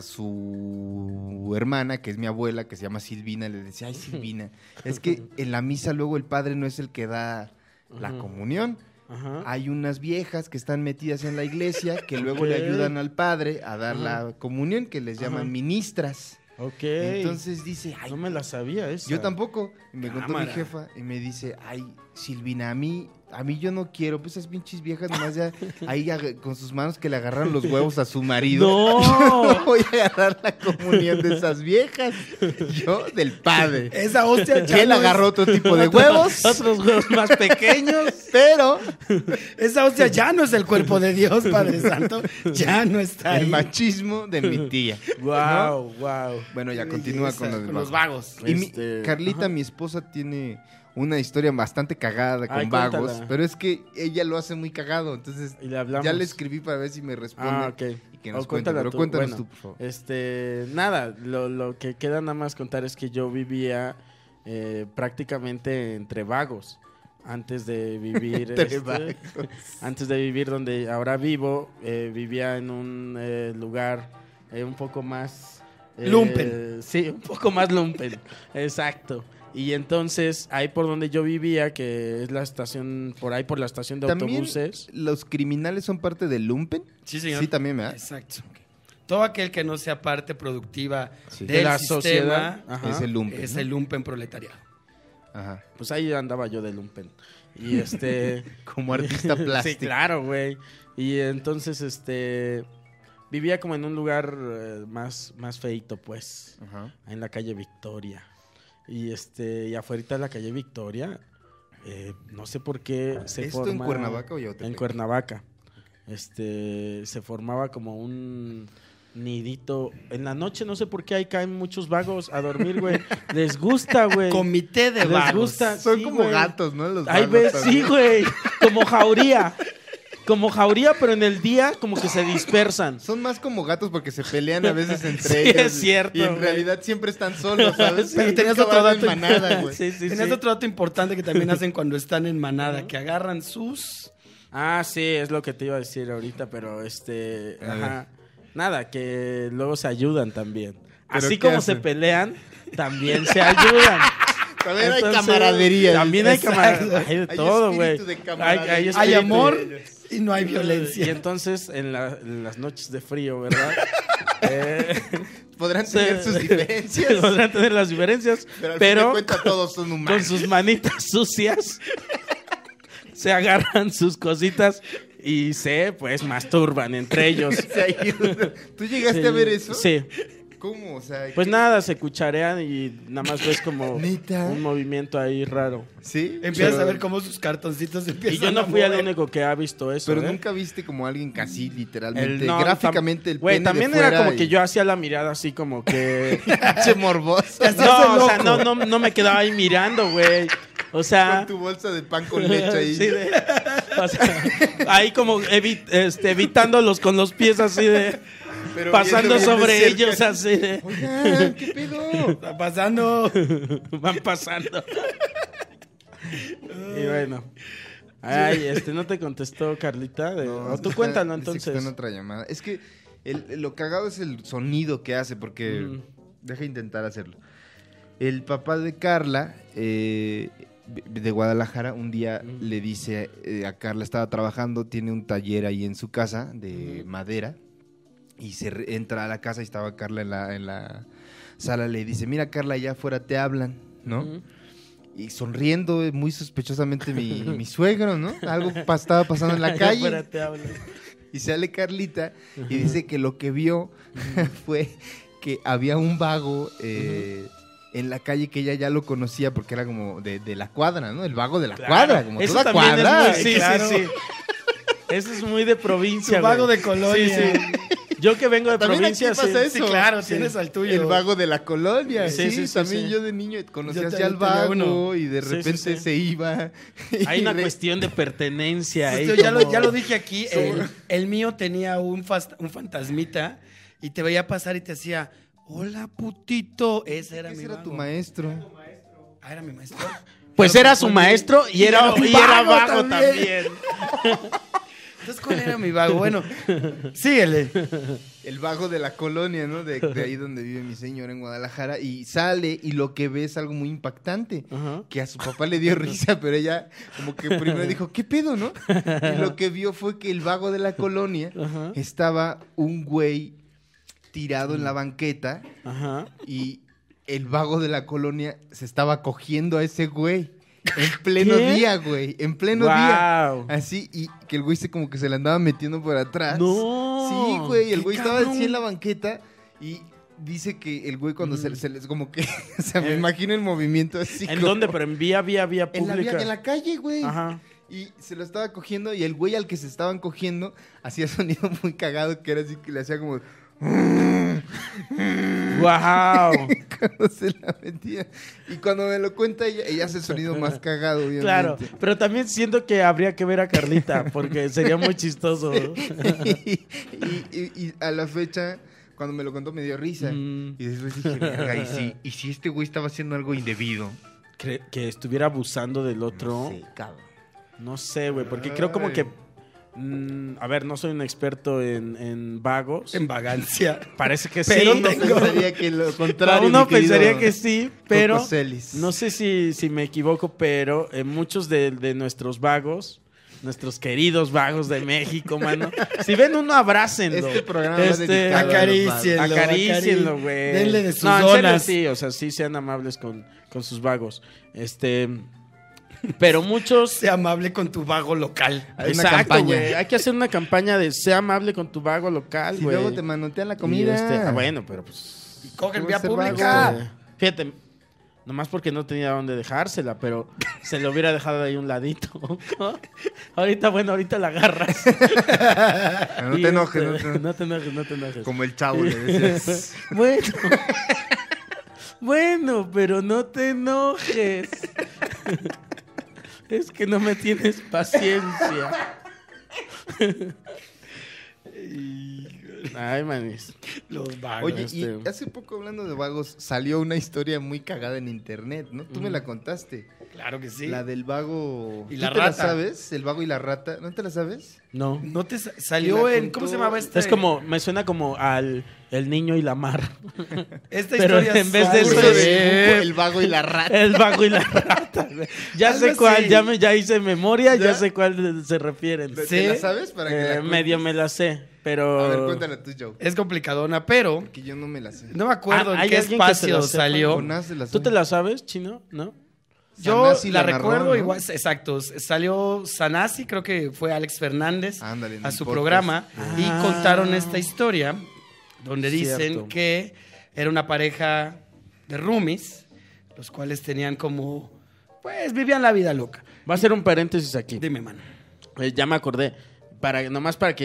su hermana, que es mi abuela, que se llama Silvina, le decía, ay Silvina, es que en la misa luego el padre no es el que da la
Ujú. Ah.
comunión.
Ajá.
Hay unas viejas que están metidas en la iglesia que luego le
Ok.
ayudan al padre a dar la comunión, que les llaman
Ajá.
ministras.
Ok.
Entonces dice, ay,
no me la sabía esa.
yo tampoco. Y me contó mi
Cámara.
jefa y me dice, ay, Silvina, a mí, a mí yo no quiero. Pues esas pinches viejas nomás ya ahí ag- con sus manos que le agarraron los huevos a su marido.
¡No!
Yo no voy a agarrar la comunión de esas viejas. Yo del padre.
Esa hostia,
Que él
Chalo, es-
agarró otro tipo de huevos,
Otros huevos más pequeños.
pero
Esa hostia ya no es el cuerpo de Dios, Padre Santo. Ya no está
el
ahí.
machismo de mi tía.
wow, wow.
Bueno, ya continúa con lo del
Con los
vago.
vagos.
Y mi-
Este,
Carlita, mi esposa, tiene una historia bastante cagada con
Ay,
vagos,
cuéntala.
pero es que ella lo hace muy cagado, entonces
Y le hablamos.
ya le escribí para ver si me responde.
Ah, ok.
y que nos
Oh,
cuente,
cuéntala
pero
tú.
cuéntanos
Bueno,
tú, por favor.
Este, nada, lo, lo que queda nada más contar es que yo vivía eh, prácticamente entre vagos antes de vivir
Entre
este,
vagos.
antes de vivir donde ahora vivo eh, vivía en un eh, lugar eh, un poco más eh,
Lumpen.
sí un poco más lumpen exacto y entonces ahí por donde yo vivía que es la estación por ahí por la estación de
También
autobuses
los criminales son parte del lumpen.
Sí, señor.
Sí, también, ¿verdad?
Exacto. Todo aquel que no sea parte productiva
Sí.
del
de la
sistema
sociedad Ajá.
Es el lumpen.
es
¿no?
el ah, lumpen proletariado.
Ajá.
Pues ahí andaba yo de lumpen. Y este.
Como artista
sí,
plástico.
claro, güey. Y entonces, este. Vivía como en un lugar eh, más, más feito, pues.
Ajá.
En la calle Victoria. Y este. Y afuera de la calle Victoria. eh, no sé por qué se
Ah, ¿Esto en
forma-
Cuernavaca o Yautepec?
En Cuernavaca. Este. Se formaba como un nidito. En la noche, no sé por qué ahí caen muchos vagos a dormir, güey. Les gusta, güey.
Comité de
Les
vagos.
gusta.
Ah, Son
Sí,
como
güey.
gatos, ¿no? Los
Ahí
vagos
ves, sí,
también.
güey. Como jauría. Como jauría, pero en el día como que se dispersan.
Son más como gatos porque se pelean a veces entre
Sí,
ellos.
es cierto,
Y en
güey.
realidad siempre están solos, ¿sabes?
Sí,
Pero tenías otro dato. En manada, güey.
Sí, sí,
Tenías
sí.
otro dato importante que también hacen cuando están en manada, que agarran sus...
Ah, sí, es lo que te iba a decir ahorita, pero este.
A
ajá. Nada, que luego se ayudan también. Así
qué
como se
hacen?
pelean, también se ayudan.
También hay
Entonces,
camaradería.
También hay camaradería.
Exacto.
Hay de
Hay
todo, güey.
espíritu de
Hay, hay
camaradería. Hay
Hay
espíritu.
amor y no hay
Y
violencia.
entonces, en, la- en las noches de frío, ¿verdad? eh,
Podrán
se-
tener sus diferencias.
se podrán tener las diferencias,
Pero al
pero
fin de cuentas todos son
con
humanos.
sus manitas sucias se agarran sus cositas y se, pues, masturban entre ellos.
Se ayudan. ¿Tú llegaste
Sí,
a ver eso?
Sí.
¿Cómo? O sea,
Pues
¿qué-
nada, se cucharean y nada más ves como
¿Neta?
un movimiento ahí raro.
¿Sí?
Empiezas
Pero-
a ver cómo sus cartoncitos empiezan
Y yo no
a
fui el
mover.
único que ha visto eso.
Pero
¿eh?
nunca viste como alguien casi
El-
literalmente,
no,
gráficamente el
tam- Güey,
pene de
también era
fuera
como
y-
que yo hacía la mirada así como que...
Che morboso.
no, o sea, no, no, no me quedaba ahí mirando, güey. O sea...
Con tu bolsa de pan con leche ahí.
Sí, de- o sea, ahí como evi- este, evitándolos con los pies así de...
pero
pasando
viendo bien de
sobre
cerca.
ellos así de...
Oigan, ¿qué pedo?
Está pasando.
Van pasando. y bueno. Ay, este, no te contestó Carlita. de- o tú
está-
cuéntalo
dice que está
entonces.
en otra llamada. Es que el- lo cagado es el sonido que hace, porque.
Mm.
Deja intentar hacerlo. El papá de Carla, eh, de Guadalajara, un día
Mm.
le dice eh, a Carla, estaba trabajando, tiene un taller ahí en su casa de madera, y se re- entra a la casa y estaba Carla en la, en la sala, le dice, mira Carla, allá afuera te hablan, ¿no?
Ujú.
Y sonriendo eh, muy sospechosamente mi, mi suegro, ¿no? Algo pa- estaba pasando en la
Allá afuera
calle.
te hablan.
Y sale Carlita y dice que lo que vio fue que había un vago eh, en la calle que ella ya lo conocía porque era como de, de la cuadra, ¿no? El vago de la cuadra, como
Eso
toda
también
cuadra.
es muy... Sí,
claro.
sí, sí. Eso es muy de provincia,
Su vago
güey.
de colonia.
Sí, sí. Yo que vengo de
También
provincia,
aquí pasa
sí.
eso.
Sí, claro,
Sí.
tienes al tuyo.
El vago de la colonia.
Sí,
Sí,
sí, sí,
también
sí.
yo de niño conocía
Yo
así
también
al
tenía
vago
uno.
y de
Sí, sí,
repente
sí.
se iba.
Hay
Y
una
re-
cuestión de pertenencia. ahí
Yo ya, lo,
como-
ya lo dije aquí, el, el mío tenía un, fas- un fantasmita y te veía pasar y te hacía, hola putito, ese era mi
Ese era tu
vago.
maestro.
Ah, era mi maestro.
Pues
Pero
era
confundí.
su maestro y era, y era vago también.
Entonces, ¿cuál era mi vago? Bueno, síguele.
El vago de la colonia, ¿no? De, de ahí donde vive mi señora en Guadalajara. Y sale y lo que ve es algo muy impactante.
Ajá.
Que a su papá le dio risa, pero ella como que primero dijo, ¿qué pedo, no? Y lo que vio fue que el vago de la colonia
Ajá.
estaba un güey tirado en la banqueta
Ajá.
y el vago de la colonia se estaba cogiendo a ese güey. En pleno
¿Qué?
día, güey. En pleno día.
Guau.
Así, y que el güey se como que se le andaba metiendo por atrás.
No.
Sí, güey, el
Qué
güey estaba
cabrón. Mm.
así en la banqueta y dice que el güey cuando se, se les como que, o sea, me imagino el movimiento así.
Eh. ¿En
como-
dónde? Pero en vía, vía, vía
En la, vía-
pública.
en la calle, güey.
Ajá.
Y se lo estaba cogiendo y el güey al que se estaban cogiendo hacía sonido muy cagado que era así que le hacía como
Wow.
cuando se la metía. Y cuando me lo cuenta ella, ella hace sonido más cagado, obviamente.
Claro, pero también siento que habría que ver a Carlita, porque sería muy chistoso.
y, y- y a la fecha, cuando me lo contó, me dio risa.
Mm.
Y después dije, "Verga, ¿y si, y si este güey estaba haciendo algo indebido?
Que, que estuviera abusando del otro.
Sí, cabrón.
No sé, güey, porque creo como que... mm, a ver, no soy un experto en, en vagos.
En vagancia.
Parece que
Pero
sí.
Uno pensaría que lo contrario.
Uno
mi querido
pensaría que sí, pero...
Coco Celis.
No sé si, si me equivoco, pero eh, muchos de, de nuestros vagos, nuestros queridos vagos de México, mano, si ven uno, abrácenlo.
Este programa va dedicado a los
Acaricien.
vagos.
Acarícienlo, güey.
Denle de sus
No, en serio,
donas.
sí, o sea, sí sean amables con, con sus vagos. Este. Pero muchos.
Sé amable con tu vago local.
Hay una
Exacto,
campaña.
güey. Hay que hacer una campaña de sea amable con tu vago local,
Si
güey.
luego te manotean la
Y,
comida.
este, ah, bueno, pero pues.
Coge en
¿Cómo
vía
ser
pública.
vago?
Este, Fíjate, nomás porque no tenía dónde dejársela, pero se lo hubiera dejado ahí un ladito. ahorita, bueno, ahorita la agarras.
No
Y,
te enojes,
este,
no te
no te enojes,
enojes.
no te enojes.
Como el chavo le decías.
Bueno. bueno, pero no te enojes. es que no me tienes paciencia. Ay, manis.
Los vagos.
Oye, y
este-
hace poco hablando de vagos, salió una historia muy cagada en internet, ¿no? Tú me la contaste.
claro que sí.
La del vago.
Y
¿Tú
la
te
rata.
sabes? El vago y la rata. ¿No te la sabes?
No.
No te sa- salió
la
en. ¿Cómo
contó-
se llamaba este?
Es como, me suena como al el niño y la mar.
Esta
pero
historia
en vez de
sale-
eso
Curso
es-
de- El vago y la rata.
El vago y la rata. güey. Ya
Algo
sé cuál,
así.
ya, me, ya hice memoria, ya,
¿Ya?
sé cuál se refieren.
¿Te
Sí.
la sabes? Para que
Eh,
la cuentes?
medio me la sé, pero...
A ver, cuéntala tú, Joe.
Es complicadona, pero
Que yo no me la sé.
no me acuerdo
Ah,
en
¿hay
qué
alguien que se la
espacio
sepa?
salió.
Jonás se la
¿Tú
sabe.
te la sabes, chino? ¿No?
Yo
Sanasi
la,
narró,
recuerdo
¿no?
igual, exacto. s- Salió Sanasi, creo que fue Alex Fernández
Ándale, en
a
el
su
podcast.
programa y
Ah.
contaron esta historia donde dicen
Cierto.
que era una pareja de roomies, los cuales tenían como, pues vivían la vida loca.
Va a ser un paréntesis aquí.
Dime, mano.
Eh, ya me acordé. Para, nomás para que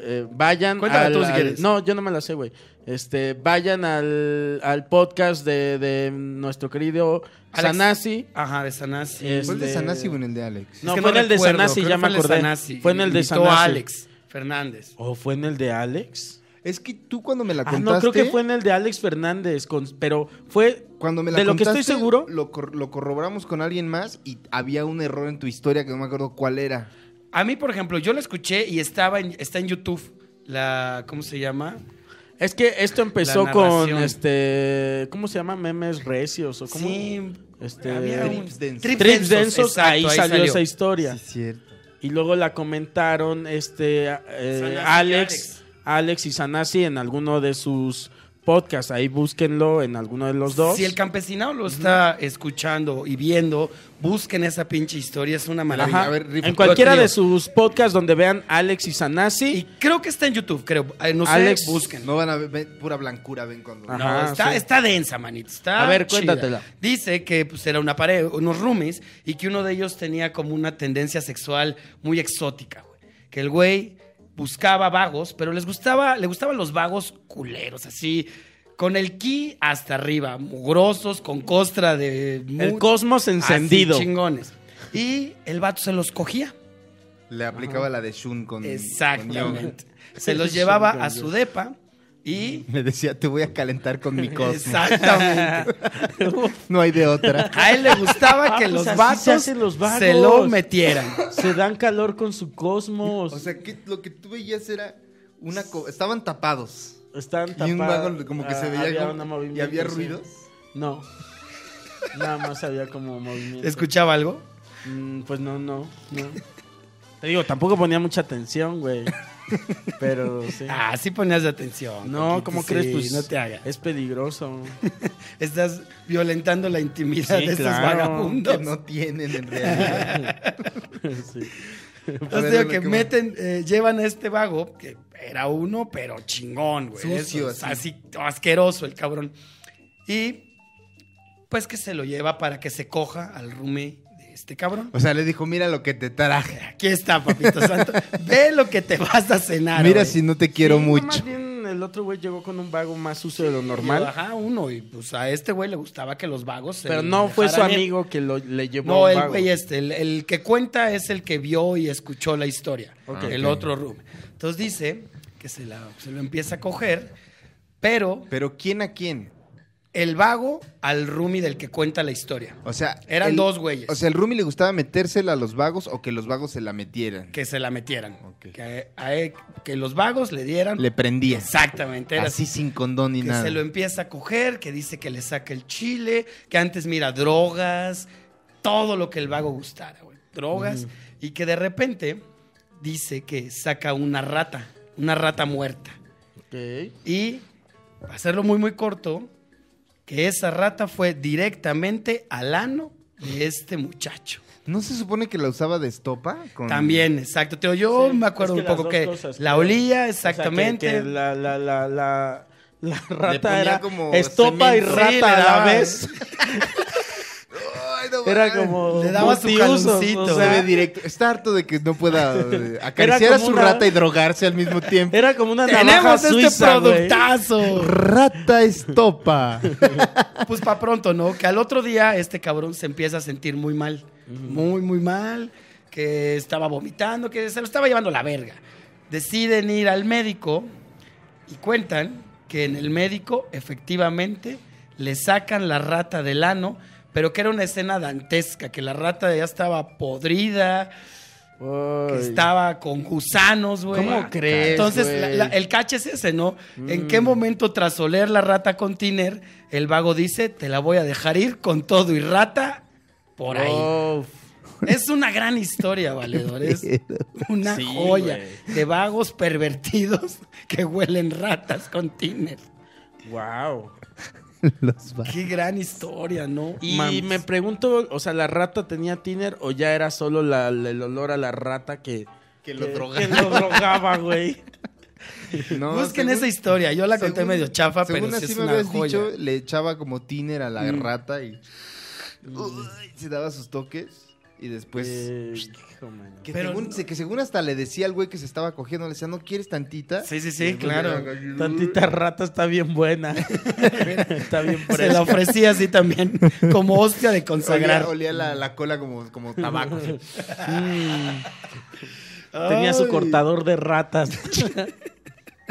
eh, vayan.
Cuéntala
al-
tú si
al-
quieres.
No, yo no me la sé, güey. Este, vayan al, al podcast de, de nuestro querido
Alex.
Sanasi.
Ajá, Pues de Sanasi.
Es-
¿Fue el de
este-
Sanasi o en el de Alex?
Es
no,
que
fue en el de
recuerdo,
Sanasi,
creo que
ya me
fue el de
acordé.
Sanasi,
Fue en el de
invitó a
Sanasi.
Alex Fernández.
¿O fue en el de Alex?
Es que tú cuando me la
Ah,
contaste.
no, creo que fue en el de Alex Fernández. con- pero fue.
Cuando me la
de lo que
contaste,
estoy seguro.
Lo, cor- lo corroboramos con alguien más y había un error en tu historia que no me acuerdo cuál era.
A mí, por ejemplo, yo la escuché y estaba en, está en YouTube la ¿cómo se llama?
Es que esto empezó
La
con
narración.
este. ¿Cómo se llama? Memes recios. O cómo,
Sí,
este,
había un-
Trips densos.
Trips densos,
exacto,
ahí, salió, esa historia.
cierto.
Y luego la comentaron este eh,
Sanasi y
Alex, Alex y Sanasi en alguno de sus podcasts. Ahí búsquenlo en alguno de los dos.
Si el campesinado lo está escuchando y viendo, busquen esa pinche historia, es una maravilla.
Ajá.
A ver, rifa.
en cualquiera
Lo
de
trío.
sus podcasts donde vean Alex y Sanasi.
Y creo que está en YouTube, creo. Eh, No sé,
Alex,
busquen. No,
No van a ver, ven, pura blancura, ven cuando.
Ajá.
está,
sí.
está densa, manito. está
A ver,
chida.
cuéntatela.
Dice que pues, era una pareja, unos roomies, y que uno de ellos tenía como una tendencia sexual muy exótica, güey. Que el güey buscaba vagos, pero les gustaba, le gustaban los vagos culeros, así, con el ki hasta arriba, mugrosos, con costra de...
el
mu-
cosmos
Así,
encendido.
chingones. Y el vato se los cogía.
Mm,
Le aplicaba la de Shun con.
Exactamente.
con Joe.
Se los llevaba a su depa Y.
Me decía, te voy a calentar con mi cosmo.
Exactamente.
No hay de otra.
A él le gustaba que
Ah, pues
los
así se
vatos
hacen los vagos.
se lo metieran.
Se dan calor con su cosmos.
O sea, que lo que tú veías era una... co- Estaban tapados.
Están
Y un
tapadas.
vago como que se
Ah,
veía
había
como-
una
y
movimiento,
había
sí.
ruidos.
No. Nada más había como movimiento.
¿Escuchaba algo?
Mm, pues no, no, no. Te digo, tampoco ponía mucha atención, güey. Pero sí.
Ah, sí ponías atención.
no,
Coquito,
¿cómo
sí,
crees? Pues
no te hagas.
Es peligroso.
Estás violentando la intimidad
Sí,
de estos
claro.
Que
vagabundos.
no tienen en realidad.
Sí.
A ver,
Entonces digo
dale,
que
¿qué más?
meten, eh, llevan a este vago, que era uno, pero chingón, güey.
Sucio,
Eso, así. asqueroso el cabrón. Y pues que se lo lleva para que se coja al rume de este cabrón.
O sea, le dijo, mira lo que te traje.
Aquí está, papito santo. Ve lo que te vas a cenar.
mira
güey.
si no te quiero
Sí, no,
mucho.
Más bien el otro güey llegó con un vago más sucio de lo
Y yo,
normal.
Ajá, uno. Y pues a este güey le gustaba que los vagos se
Pero no fue su
dejaran ir.
amigo que lo, le llevó
No,
un
el
vago.
güey este, el, el que cuenta es el que vio y escuchó la historia,
Ok.
el
Ok.
otro room. Entonces dice que se, la- se lo empieza a coger, pero
Pero ¿quién a quién?
el vago al roomie del que cuenta la historia.
O sea,
Eran
el-
dos güeyes.
O sea, el Rumi le gustaba metérsela a los vagos o que los vagos se la metieran.
Que se la metieran.
Ok.
Que, a- que los vagos le dieran.
Le prendía.
Exactamente. Era
Así sin condón ni
que
nada.
se lo empieza a coger, que dice que le saca el chile, que antes mira drogas, todo lo que el vago gustara, güey, drogas, y que de repente dice que saca una rata, una rata muerta.
Ok.
Y, para hacerlo muy, muy corto, que esa rata fue directamente al ano de este muchacho.
¿No se supone que la usaba de estopa? Con-
También, exacto. Te yo
Sí,
me acuerdo
es que
un
las
poco
dos
que
cosas,
la
claro.
olía,
O sea, que-
exactamente.
que la, la, la, la, la
ponía
rata era
como
estopa y
cemento.
rata
Sí, le
a la
daba-
vez.
Ay, no
Era
mames.
como.
Le daba su
multiusos,
jaloncito.
o
Se
sea,
ve directo. Está harto de que no pueda eh, acariciar a
como
su
una-
rata y drogarse al mismo tiempo.
Era como una navaja
Tenemos este
suiza, güey.
productazo.
Rata estopa.
Pues para pronto, ¿no? Que al otro día este cabrón se empieza a sentir muy mal. Muy, muy mal. Que estaba vomitando, que se lo estaba llevando la verga. Deciden ir al médico y cuentan que en el médico efectivamente le sacan la rata del ano, pero que era una escena dantesca, que la rata ya estaba podrida, que
Ay.
estaba con gusanos, güey.
¿Cómo crees,
Entonces,
güey?
la- la- el cache es ese, ¿no? ¿En
Mm.
qué momento, tras oler la rata con Tiner, el vago dice, te la voy a dejar ir con todo y rata por ahí?
Oh,
Es una gran historia, valedor. Es una
Sí,
joya
güey.
de vagos pervertidos que huelen ratas con Tiner.
wow.
Los va-
Qué gran historia, ¿no?
Y
Mames.
me pregunto, o sea, ¿la rata tenía tiner o ya era solo la- el olor a la rata que,
Que lo
que-
drogaba.
que lo drogaba, güey?
No,
Busquen
según-
esa historia. Yo la conté
según-
medio chafa,
según
pero sí
así
es
me
una
habías
joya. Mm.
dicho, le echaba como tiner a la rata y... Uy, se daba sus toques y después...
Eh, hijo, mano.
Que,
Pero
según,
no-
se- que según hasta le decía al güey que se estaba cogiendo, le decía, ¿no quieres tantita?
Sí, sí, sí, claro.
Tantita rata está bien buena. está bien
Mm. Se la
fresca.
ofrecía así también, como hostia de consagrar.
Olía, olía la, la cola como, como tabaco.
Mm. Tenía su
Ay.
cortador de ratas.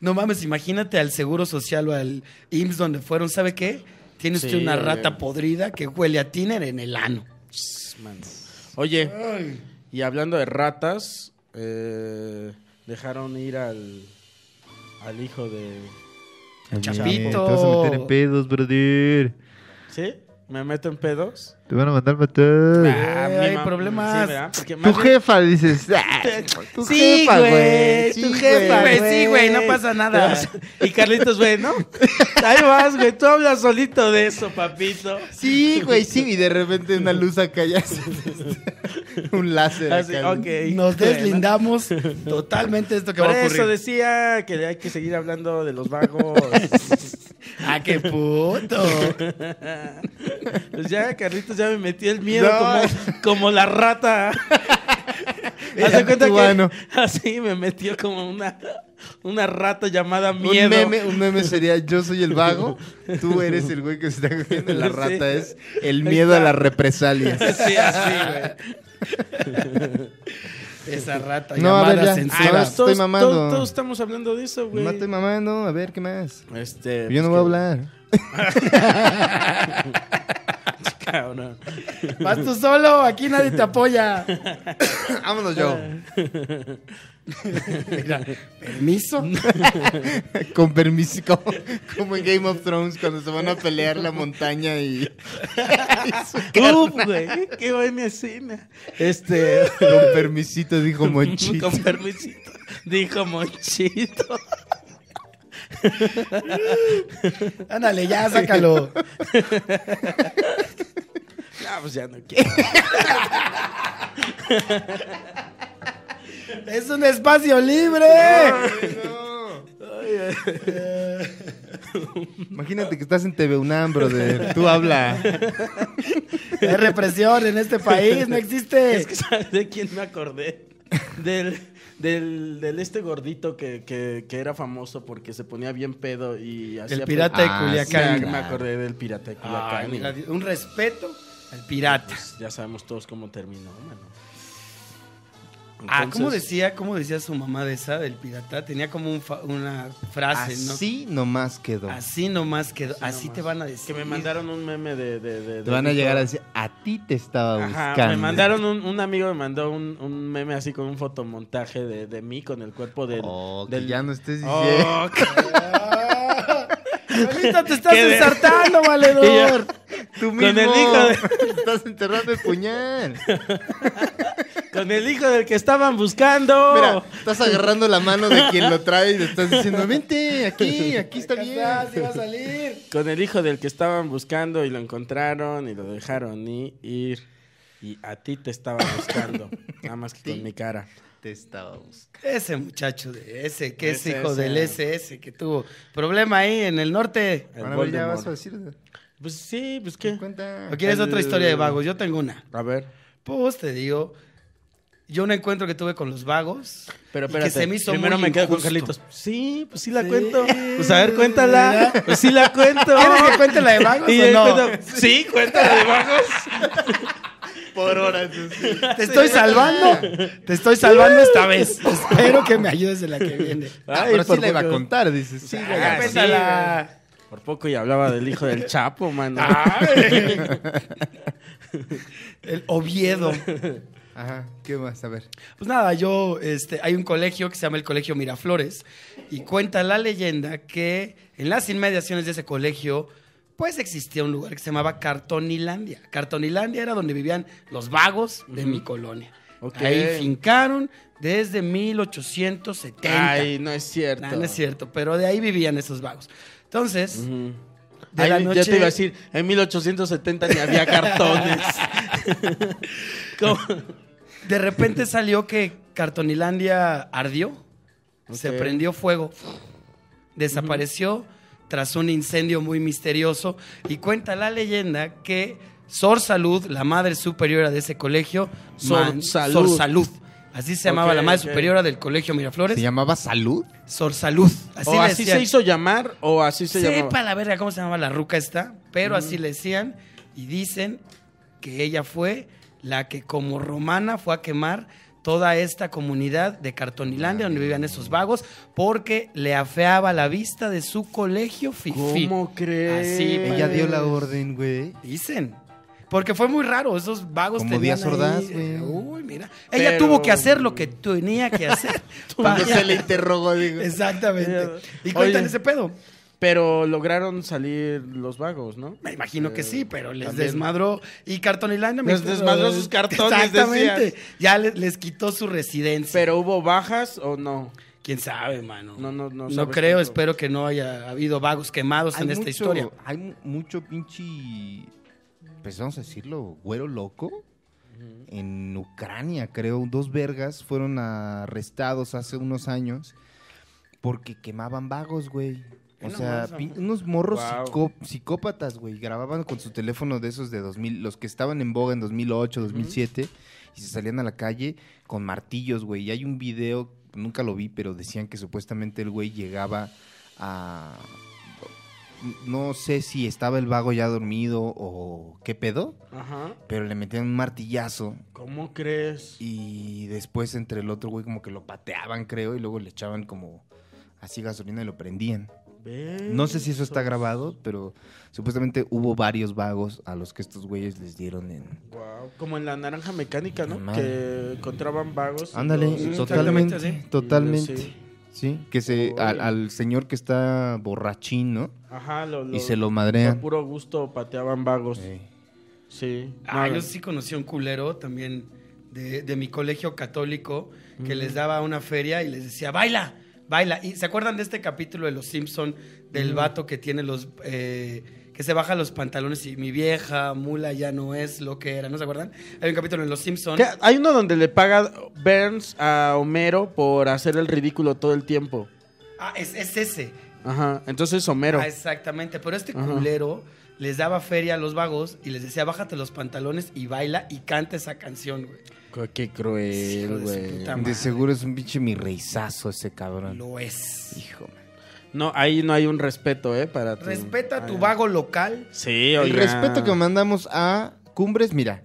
No mames, imagínate al Seguro Social o al IMSS donde fueron, ¿sabe qué? Tiene usted
Sí,
una
güey.
rata podrida que huele a tiner en el ano.
Oye, y hablando de ratas, eh, dejaron ir al, al hijo de...
Chapito.
Chapito.
Te vas a meter en pedos, brother.
¿Sí? ¿Me meto en pedos? Ah,
Te van a mandar matar.
Eh,
mi
hay
mam-
problemas.
sí, ¿verdad? Porque
Tu
más bien-
jefa, dices. "Ah, tu
Sí,
jefa,
güey,
sí,
tu jefa,
güey,
güey.
sí, güey, no pasa nada.
Y Carlitos, güey, ¿no? Ahí vas, güey, tú hablas solito de eso, papito.
Sí, güey, sí. Y de repente una luz acá ya. se- un láser.
Así,
acá.
ok.
Nos
Bueno.
deslindamos totalmente de esto que
Por
va a
eso
ocurrir.
decía que hay que seguir hablando de los vagos.
¡Ah, qué puto!
pues ya, Carlitos, ya me metió el miedo
No.
como, como la rata. Haz de
El
cuenta
cubano.
que así me metió como una, una rata llamada
Un
miedo.
meme, un meme sería yo soy el vago, tú eres el güey que se está cogiendo la
Sí.
rata, es el miedo a las represalias.
Sí, así, güey.
Esa rata
No, a ver,
llamada
ya.
sensei.
Ah, estoy mamando.
Todos, todos estamos hablando de eso, güey.
Mate mamando, a ver, ¿qué más?
Este,
Yo no
pues
voy a hablar.
Cabrón.
Vas tú solo, aquí nadie te apoya.
Vámonos, yo.
Ah.
Mira, permiso.
Con permiso, como, como en Game of Thrones, cuando se van a pelear la montaña y.
Uf, güey, qué buena escena. Este,
Con permisito, dijo Monchito.
con permisito, dijo Monchito.
Ándale, ya, sácalo.
No, pues ya no quiero.
¡Es un espacio libre!
Imagínate que estás en TV Unam, brother. Tú habla.
Hay represión en este país, no existe.
Es que ¿sabes de quién me acordé? Del, del, del este gordito que, que, que era famoso porque se ponía bien pedo y hacía...
El pirata de
Ah,
Culiacán.
Sí, me acordé del pirata de Culiacán.
Ay,
y
mira, Ah, un respeto al pirata.
pues ya sabemos todos cómo terminó, mano.
ah, ¿cómo
Entonces,
decía, ¿cómo decía su mamá de esa, del pirata? Tenía como un fa- una frase,
Así nomás quedó.
¿no? Así nomás quedó. Así,
nomás.
te van a decir.
Que me mandaron un meme de... de, de-
Te
de
van a
Víctor.
llegar a decir, a ti te estaba
Ajá,
buscando.
me mandaron un, un amigo, me mandó un, un meme así con un fotomontaje de, de mí con el cuerpo del...
Oh, que
del...
ya no estés diciendo.
Oh,
Ahorita te estás
Qué de-
ensartando, valedor.
Tú
Con el
mismo
hijo
estás enterrando el puñal.
Con el hijo del que estaban buscando.
Mira, estás agarrando la mano de quien lo trae y le estás diciendo, vente, aquí, aquí está bien.
sí va a salir.
Con el hijo del que estaban buscando y lo encontraron y lo dejaron i- ir. Y a ti te estaba buscando. nada más que con mi cara.
Te estaba buscando.
Ese muchacho de ese, que es
Ese,
hijo
ese.
del SS, que tuvo problema ahí en el norte.
El
Ahora bueno, ya
Voldemort.
vas a decir,
Pues sí, pues qué.
cuenta.
¿O quieres
El-
otra historia de vagos? Yo tengo una.
A ver.
Pues te digo, yo un encuentro que tuve con los vagos.
Pero
y que
espérate,
se me hizo
primero
muy
me quedo con
injusto.
Carlitos. Sí, pues sí la
Sí.
cuento. Pues a ver, cuéntala.
¿Verdad?
Pues sí la cuento.
¿Quieres que cuente la de vagos
Y
o
él
no?
cuenta, Sí, cuéntala de vagos.
Por horas. sí.
Te estoy salvando, te estoy salvando esta vez. Espero que me ayudes en la que viene.
Ah,
Ay,
pero sí
por
la iba a
poco.
contar, dices. Sí, la iba a
Ah,
contar.
Cuéntala.
Por poco y hablaba del hijo del Chapo, mano.
Ah, El Oviedo.
Ajá, ¿qué más? A ver.
Pues nada, yo, este, hay un colegio que se llama el Colegio Miraflores y cuenta la leyenda que en las inmediaciones de ese colegio, pues existía un lugar que se llamaba Cartonilandia. Cartonilandia era donde vivían los vagos de mi colonia.
Ok.
Ahí fincaron desde 1870.
Ay, no es cierto.
Nah, no es cierto, pero de ahí vivían esos vagos. Entonces,
Ujú.
De
Ay,
la noche-
Yo te iba a decir, en 1870 ni había cartones. ¿Cómo?
de repente salió que Cartonilandia ardió, se
Ok.
prendió fuego, desapareció tras un incendio muy misterioso y cuenta la leyenda que Sor Salud, la madre superiora de ese colegio,
Sor
man-
Salud.
Sor Salud, así se llamaba
Ok,
la madre
ok.
superiora del colegio Miraflores,
¿Se llamaba Salud?
Sor Salud, así
o
le
Oh, así
decían.
se hizo llamar, o así se llamaba.
Sepa la verga cómo se llamaba la ruca esta, pero así le decían y dicen que ella fue la que como romana fue a quemar toda esta comunidad de Cartonilandia donde vivían esos vagos porque le afeaba la vista de su colegio fifí.
¿Cómo crees?
Así,
Ella dio la orden, güey.
Dicen. Porque fue muy raro, esos vagos
Como
tenían
Díaz Ordaz,
ahí-
güey.
Uy, mira. Ella
Pero-
tuvo que hacer lo que tenía que hacer.
Cuando
para-
se le interrogó, digo.
Exactamente. Y
Oye.
cuentan ese pedo.
Pero lograron salir los vagos, ¿no? Eh,
Me imagino que sí, pero les
también.
desmadró. Y Cartonilandia me
Les desmadró sus cartones,
Exactamente.
decías.
Ya les, les quitó su residencia.
Pero hubo bajas o no.
quién sabe, mano.
No, no, no
No
sabes
creo,
tanto.
espero que no haya habido vagos quemados en esta
mucho-
historia.
Hay mu- mucho pinche, pues vamos a decirlo, güero loco. En Ucrania, creo, dos vergas fueron arrestados hace unos años porque quemaban vagos, güey. O
No
sea,
más,
pi- unos morros
Guau.
psicó- psicópatas, güey. Grababan con su teléfono de esos de 2000, los que estaban en boga en 2008, 2007, y se salían a la calle con martillos, güey. Y hay un video, nunca lo vi, pero decían que supuestamente el güey llegaba a, no sé si estaba el vago ya dormido o qué pedo,
Ajá.
pero le metían un martillazo
¿Cómo crees?
y después entre el otro güey como que lo pateaban, creo, y luego le echaban como así gasolina y lo prendían. No sé si eso está grabado, pero supuestamente hubo varios vagos a los que estos güeyes les dieron en...
Guau, Como en la naranja mecánica, ¿no?
Mamá.
Que encontraban vagos. y los-
Ándale,
Sí, exactamente
totalmente,
así.
totalmente.
Sí.
Sí. que se al, al señor que está borrachín, ¿no?
Ajá, lo,
Y se lo
Por
madrean.
puro gusto pateaban vagos.
Ey.
Sí.
Ah,
Nada.
yo sí conocí a un culero también de, de mi colegio católico que les daba una feria y les decía, baila, baila. ¿Y se acuerdan de este capítulo de Los Simpson del vato que tiene los... eh, que se baja los pantalones y mi vieja mula ya no es lo que era, ¿no se acuerdan? Hay un capítulo en Los Simpson.
Que Hay uno donde le paga Burns a Homero por hacer el ridículo todo el tiempo.
Ah, es, es ese.
Ajá, entonces Homero.
Ah, exactamente. Pero este
Ajá.
culero les daba feria a los vagos y les decía, bájate los pantalones y baila y canta esa canción, güey.
Qué
Hijo
cruel,
de su puta
De
madre.
seguro es un pinche mi reizazo ese cabrón.
Lo es.
Hijo, man.
No, ahí no hay un respeto, ¿eh? Para tu-
Respeta a tu
Ay,
vago local.
Sí,
El
oiga.
respeto que mandamos a Cumbres, mira.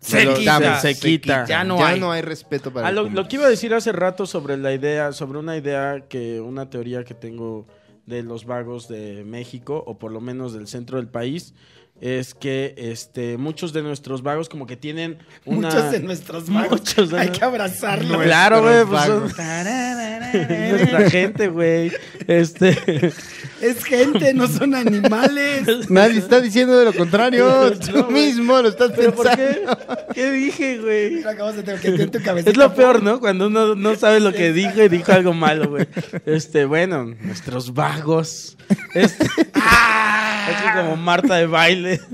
Se
Lo
quita,
damos,
se quita.
Ya no hay. respeto para
Ah, lo,
Cumbres.
lo que iba a decir hace rato sobre la idea, sobre una idea que, una teoría que tengo de los vagos de México, o por lo menos del centro del país, es que este, muchos de nuestros vagos como que tienen una...
Muchos de nuestros vagos.
Muchos de
Hay
nu-
que abrazarlo.
Claro, güey,
Nuestros
pues son- nuestra gente, güey. Este...
es gente, no son animales.
Nadie está diciendo de lo contrario. Tú
No, güey.
mismo lo estás
¿Pero por
pensando.
qué? ¿Qué dije, güey?
Acabas de tener que en tu cabecita.
Es lo peor, ¿no? Cuando uno no sabe lo que dijo y dijo algo malo, güey. Este, bueno, nuestros vagos. Este, es como Marta de baile.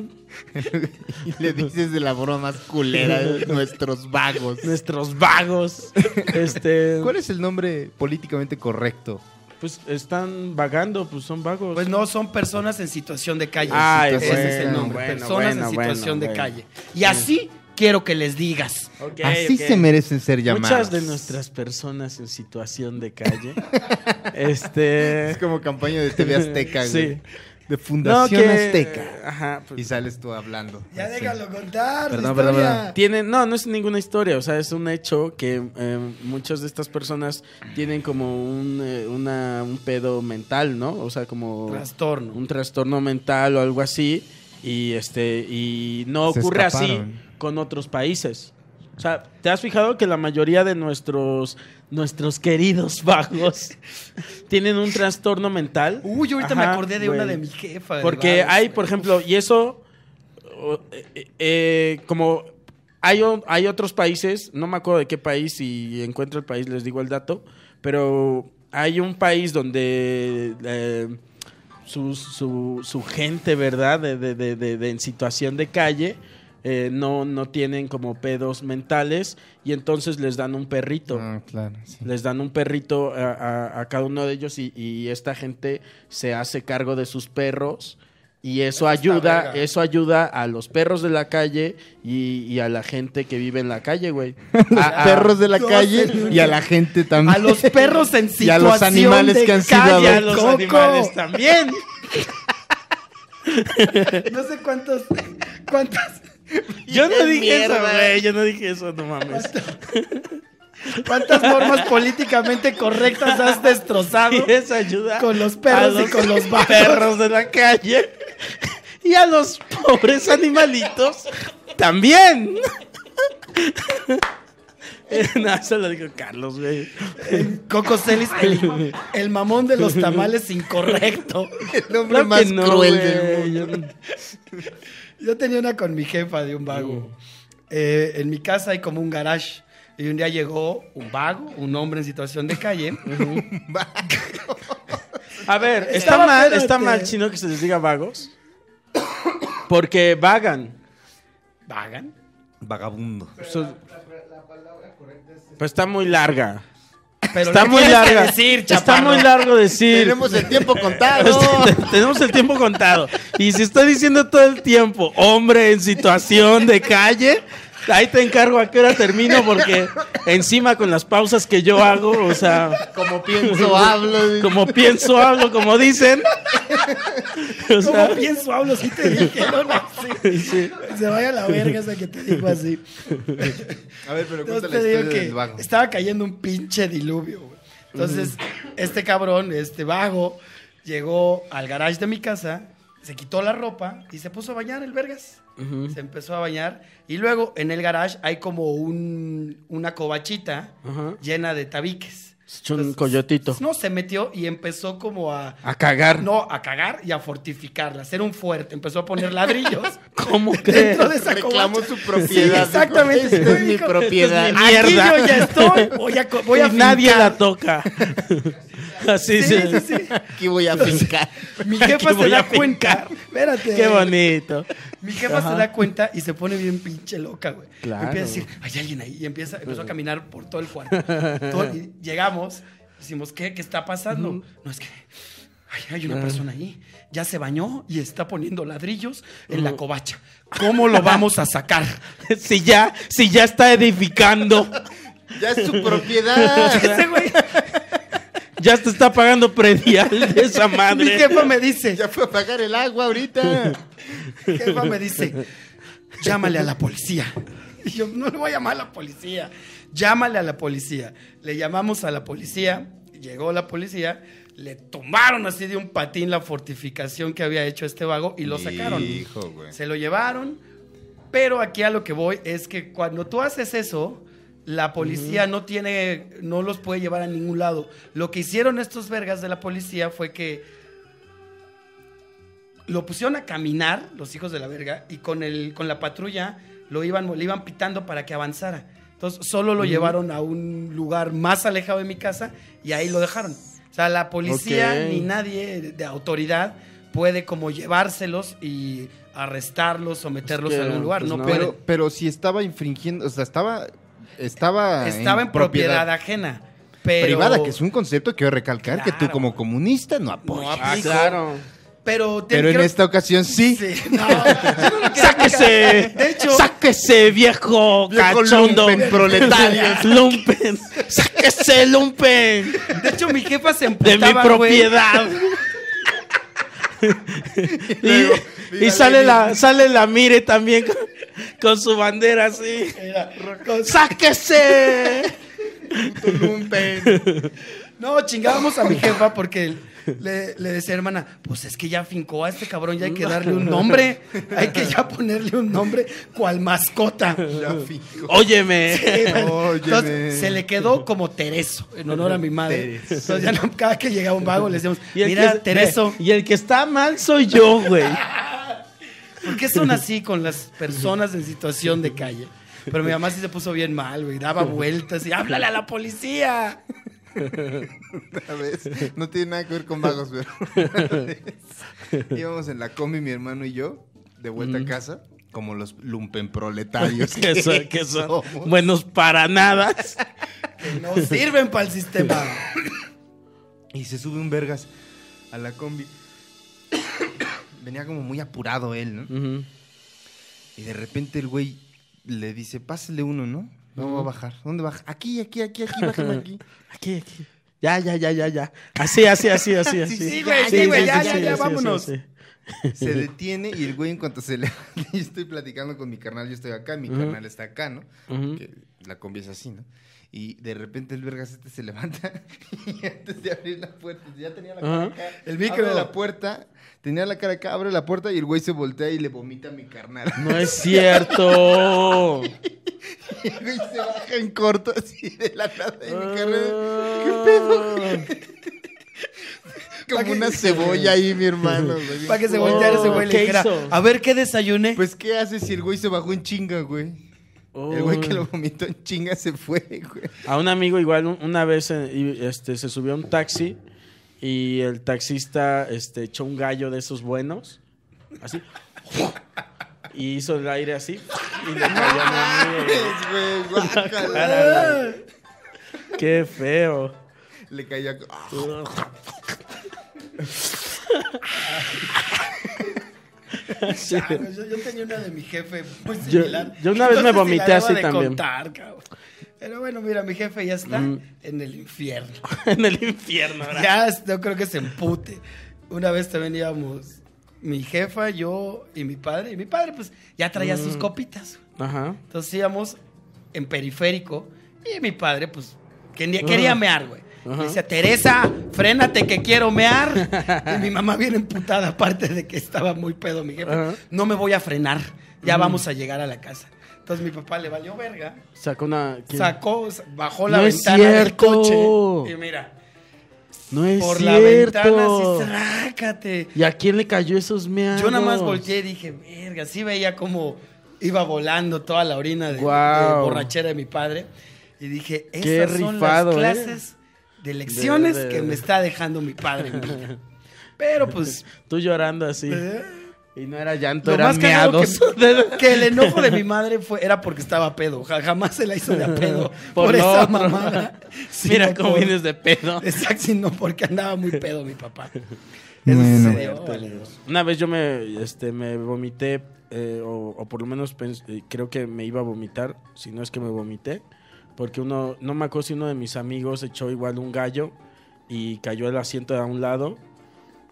Y le dices de la broma más culera de nuestros vagos.
Nuestros vagos. Este,
¿Cuál es el nombre políticamente correcto?
pues están vagando, pues son vagos.
Pues no, son personas en situación de calle.
Ay,
ese es el
bueno,
nombre.
bueno,
personas
bueno,
en situación
bueno,
de calle.
bueno.
Y así quiero que les digas.
Ok,
Así
ok.
se merecen ser llamadas.
Muchas de nuestras personas en situación de calle. este
Es como campaña de TV Azteca, güey.
Sí.
De Fundación
No, que-
Azteca.
Ajá, pues,
Y sales tú hablando. Así.
contar. su
Perdón, perdón,
historia.
perdón.
Tienen, no, no es ninguna historia, o sea, es un hecho que eh, muchas de estas personas tienen como un, eh, una- un pedo mental, ¿no? O sea, como
Trastorno.
un trastorno mental o algo así, y este y no
Se
ocurre así
escaparon.
con otros países. O sea, ¿te has fijado que la mayoría de nuestros nuestros queridos vagos tienen un trastorno mental?
Uy, ahorita me
Ajá,
acordé de una
güey.
de mi jefa. del
Porque
Vagos,
hay,
güey.
por ejemplo, y eso, o- eh, eh, eh, como hay, o- hay otros países, no me acuerdo de qué país, si encuentro el país les digo el dato, pero hay un país donde eh, su, su- su gente, ¿verdad? De, de- de- de- de- en situación de calle. eh, no, no tienen como pedos mentales y entonces les dan un perrito.
Ah, claro, sí.
Les dan un perrito a, a- a cada uno de ellos y, y esta gente se hace cargo de sus perros y eso ayuda,
verga.
eso ayuda a los perros de la calle y, y a la gente que vive en la calle, güey.
Los
A- a-
perros de la
no,
calle
sí,
y a la gente también.
A los perros en situación
Y a los animales
de
que han sido
calle,
y
a
a
adoptados.
los
los
coco.
animales también.
No sé cuántos, cuántas,
Yo no dije eso,
mierda.
güey. Yo no dije eso, no mames.
cuántas normas políticamente correctas has destrozado.
Y eso ayuda
Con los perros
a
y con los vagos.
perros de la calle y a los pobres animalitos también. Eh, no, eso lo dijo Carlos, güey.
Coco Celis, el, el mamón de los tamales incorrecto.
El hombre
Claro que
más
no,
cruel
güey.
del mundo.
Yo tenía una con mi jefa de un vago. Eh, en mi casa hay como un garage. Y un día llegó un vago, un hombre en situación de calle.
A ver, está
Estaba,
mal,
espérate.
está mal chino que se les diga vagos. Porque vagan.
¿Vagan?
Vagabundo.
Eso- Pues está muy larga.
Pero
está
¿qué
muy
tienes que
larga.
decir,
está
chaparro?
muy largo decir.
Tenemos el tiempo contado.
Este, te- Tenemos el tiempo contado. Y si estoy diciendo todo el tiempo, hombre en situación de calle, Ahí te encargo a qué hora termino porque encima con las pausas que yo hago, o sea,
Como pienso, hablo.
como pienso hablo, como dicen. O sea,
¿Cómo pienso? Hablo si te dije, no, no, sí. Se vaya a la verga esa que te digo así.
A ver, pero cuéntale
Entonces
la
te digo
historia
que
del vago.
estaba cayendo un pinche diluvio, güey. Entonces, este cabrón, este vago, llegó al garage de mi casa, se quitó la ropa y se puso a bañar el vergas. Se empezó a bañar. Y luego, en el garage hay como un, una cobachita
Ajá.
llena de tabiques.
se echó un coyotito.
No, se metió y empezó como a...
A cagar.
No, a cagar y a fortificarla, hacer un fuerte. Empezó a poner ladrillos
¿Cómo crees?
dentro de esa
Reclamó
covacha.
su
Sí,
propiedad.
exactamente.
Esta es mi
Dijo,
propiedad.
mi
Aquí
mierda.
yo ya estoy. Voy a, co- voy a
Y nadie
fincar.
la toca. Así
Sí,
se.
sí, sí.
Aquí voy a fincar.
Mi
Aquí
jefa
voy
se
a
da
fincar.
cuenta. Espérate.
Qué bonito.
Mi jefa se da cuenta y se pone bien pinche loca, güey.
Claro.
Empieza a decir, hay alguien ahí. Y empieza, empezó a caminar por todo el cuarto. Todo- y llegamos, decimos, ¿qué? ¿Qué está pasando? No, es que ay, hay
Ah.
una persona ahí. Ya se bañó y está poniendo ladrillos en la covacha. ¿Cómo lo vamos a sacar?
Si ya, si ya está edificando,
Ya es su propiedad.
Ese güey,
ya te está pagando predial de esa
mi
madre.
jefa me dice,
Ya fue a pagar el agua ahorita.
jefa me dice, llámale a la policía. Y yo, no le voy a llamar a la policía. Llámale a la policía. Le llamamos a la policía, llegó la policía, le tomaron así de un patín la fortificación que había hecho este vago y lo sacaron.
Hijo, güey.
Se lo llevaron, pero aquí a lo que voy es que cuando tú haces eso, la policía no tiene, no los puede llevar a ningún lado. Lo que hicieron estos vergas de la policía fue que lo pusieron a caminar, los hijos de la verga, y con, el, con la patrulla lo iban, le iban pitando para que avanzara. Entonces solo lo llevaron a un lugar más alejado de mi casa y ahí lo dejaron. O sea, la policía
Ok.
ni nadie de- de autoridad puede como llevárselos y arrestarlos o meterlos
que,
a algún lugar.
pues,
no,
no.
puede.
Pero, pero si estaba infringiendo, o sea, estaba. Estaba,
Estaba en propiedad ajena. Pero,
privada, que es un concepto que quiero recalcar que tú
Claro.
como comunista no
No
apoyas.
Ah,
aplico.
claro.
Pero, te-
pero en
creo-
esta ocasión sí.
Sí, no, yo no lo quería
¡Sáquese!
aplicar. De hecho,
¡Sáquese, viejo,
Viejo
cachondo!
lumpen proletario.
¡Lumpen! ¡Sáquese, lumpen!
de hecho, mi jefa se
¡De mi
emputaba, güey.
propiedad! y
luego,
y
viva
sale,
Lenin.
la, sale la mire también con, con su bandera así.
Era, con-
¡Sáquese!
No, chingábamos a mi jefa porque le, le decía, hermana, pues es que ya fincó a este cabrón, ya hay que darle un nombre, hay que ya ponerle un nombre, cual mascota.
Ya, fijo.
Óyeme.
Óyeme.
Entonces se le quedó como Tereso, en honor a mi madre.
Tereso.
Entonces ya no- cada que llegaba un vago le decíamos,
el
mira,
que-
Tereso,
Y el que está mal soy yo, güey.
¿por qué son así con las personas en situación de calle? Pero mi mamá sí se puso bien mal, güey, daba vueltas y háblale a la policía.
Otra vez. No tiene nada que ver con vagos, pero. una vez Íbamos en la combi, mi hermano y yo, de vuelta a casa, como los lumpenproletarios.
Que son, que son
somos.
buenos para nada.
Que no sirven para el sistema.
Y se sube un vergas a la combi. Venía como muy apurado él, ¿no? Y de repente el güey le dice, pásele uno, ¿no? No va a bajar. ¿Dónde baja? Aquí, aquí, aquí, aquí, bájame aquí.
Aquí, aquí. Ya, ya, ya, ya, ya. Así, así, así, así. así.
sí, güey, sí, güey, ya, ya, ya,
así,
vámonos.
así, así.
Se detiene y el güey en cuanto se le... yo estoy platicando con mi carnal, yo estoy acá, mi carnal está acá, ¿no?
Ujú.
Que la combi es así, ¿no? Y de repente el vergas este se levanta y antes de abrir la puerta, ya tenía la cara
Ajá.
acá.
El micro.
Abre la puerta, tenía la cara acá, abre la puerta y el güey se voltea y le vomita a mi carnal.
No es cierto.
Y el güey se baja en corto así de la nada y mi carnal... ¿Qué pedo? güey?
Ah,
Como una cebolla ahí, mi hermano. güey. Oh,
Para que se volteara ese güey y le
¿qué
dijera,
hizo?
a ver qué desayuné.
Pues, ¿qué hace si el güey se bajó en chinga, güey?
Ah.
El güey
Oh.
que lo vomitó en chinga se fue, güey.
A un amigo igual un- una vez eh, y, este, se subió a un taxi y el taxista este, echó un gallo de esos buenos. Así. Y hizo el aire así. Y le cayó a mi amigo.
Güey, guácala.
Ah,
Cara, güey. Qué feo.
Le caía. Ah,
Chale, yo, yo tenía una de mi jefe muy
Yo-
similar.
yo una vez me
sé si la
vomité
deba
así
de
también. Mm.
contar, cabrón. Pero bueno, mira, mi jefe ya está en el infierno.
en el infierno, ¿verdad?
Ya es- no creo que se empute. Una vez también íbamos mi jefa, yo y mi padre. Y mi padre, pues, ya traía
Mm.
sus copitas. güey.
Ajá.
Entonces íbamos en periférico y mi padre, pues, quería, quería mear, güey.
Ajá.
Me decía, Teresa, frénate que quiero mear. Y mi mamá bien emputada, aparte de que estaba muy pedo mi jefe.
Ajá.
No me voy a frenar, ya vamos a llegar a la casa. Entonces mi papá le valió verga,
Sacó una. ¿quién?
sacó, bajó la
No es
ventana del
cierto.
coche. Y mira,
No es
por la
cierto.
ventana, así, trácate.
¿Y a quién le cayó esos meados?
Yo nada más volteé y dije, verga, sí veía cómo iba volando toda la orina de,
Guau.
de borrachera de mi padre. Y dije, esas
Qué
son
rifado, ¿eh?
las clases de lecciones
De- de-
que me está dejando mi padre en vida. Pero pues,
Tú llorando así. Y no era llanto,
¿Eh? lo
era
más cagado
meados.
que, que el enojo de mi madre fue, era porque estaba pedo. Ja- Jamás se la hizo de a pedo por,
lo
esa
otro.
mamada.
Mira
sino
cómo
por-
vienes de pedo.
Exacto, sino porque andaba muy pedo mi papá. Eso
Bueno.
sucedió, vale.
Una vez yo me, este, me vomité, eh, o, o por lo menos pens- eh, creo que me iba a vomitar, si no es que me vomité, porque uno, no me acuerdo si uno de mis amigos echó igual un gallo y cayó el asiento de a un lado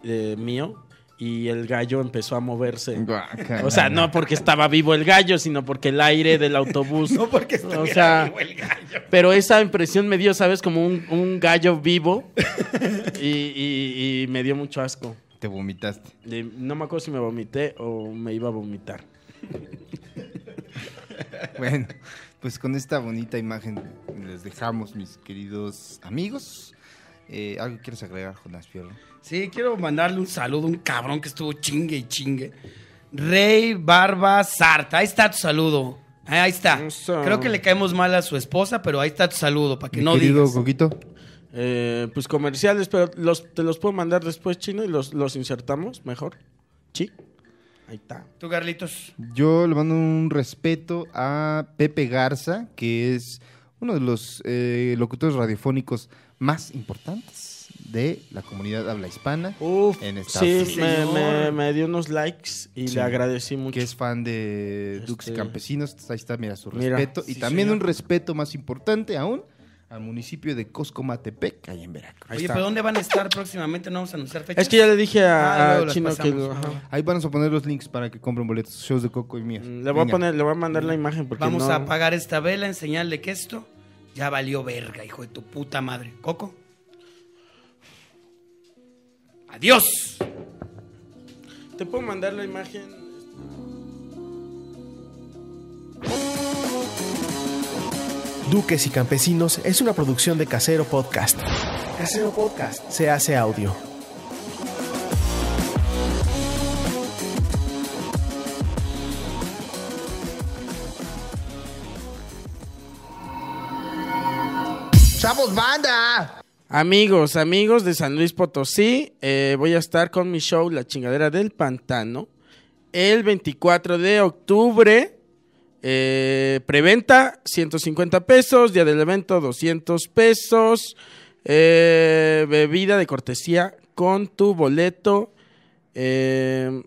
eh, mío y el gallo empezó a moverse.
Guácala.
O sea, no porque estaba vivo el gallo, sino porque el aire del autobús.
No porque estuviera
o sea,
vivo el gallo.
Pero esa impresión me dio, ¿sabes? Como un, un gallo vivo. y, y- y me dio mucho asco.
Te vomitaste.
De- no me acuerdo si me vomité o me iba a vomitar.
Bueno, pues con esta bonita imagen les dejamos, mis queridos amigos. Eh, ¿Algo quieres agregar, Jonás Fierro?
Sí, quiero mandarle un saludo a un cabrón que estuvo chingue y chingue. Rey Barba Sarta. Ahí está tu saludo. Ahí ahí está.
Eso.
Creo que le caemos mal a su esposa, pero ahí está tu saludo para que
Mi
no
querido
digas.
Coquito.
Eh, pues comerciales, pero los, te los puedo mandar después, chino, y los, los insertamos mejor. Sí. Ahí está.
Tú, Carlitos.
Yo le mando un respeto a Pepe Garza, que es uno de los eh, locutores radiofónicos más importantes de la comunidad habla hispana.
Uf,
En Estados
sí,
Unidos.
me,
Señor.
me- me dio unos likes y
Sí.
le agradecí mucho.
que es fan de Dux y
Este-
Campesinos. Ahí está, mira, su
Mira,
respeto. y
sí,
también
señor.
un respeto más importante aún al municipio de Coscomatepec, ahí en Veracruz.
Ahí
Oye,
está.
¿pero dónde van a estar próximamente? No vamos a anunciar fechas.
Es que ya le dije
Ah,
a, a
luego las
Chino que
pasamos.
lo- ajá.
Ahí vamos a poner los links para que compren boletos, shows de Coco y míos.
Mm, Le voy a
Venga.
poner, le voy a mandar la imagen porque
Vamos
no-
a apagar esta vela, enseñarle que esto ya valió verga, hijo de tu puta madre. Coco. Adiós.
¿Te puedo mandar la imagen?
Duques y Campesinos es una producción de Casero Podcast. Casero Podcast se hace audio.
Amigos, amigos de San Luis Potosí, eh, voy a estar con mi show La Chingadera del Pantano el 24 de octubre. Eh, preventa 150 pesos, día del evento 200 pesos, eh, bebida de cortesía con tu boleto, eh,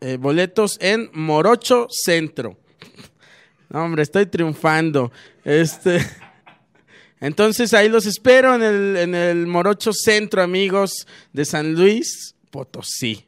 eh, boletos en Morocho Centro. No, hombre, estoy triunfando. Este. Entonces ahí los espero en el, en el Morocho Centro, amigos de San Luis Potosí.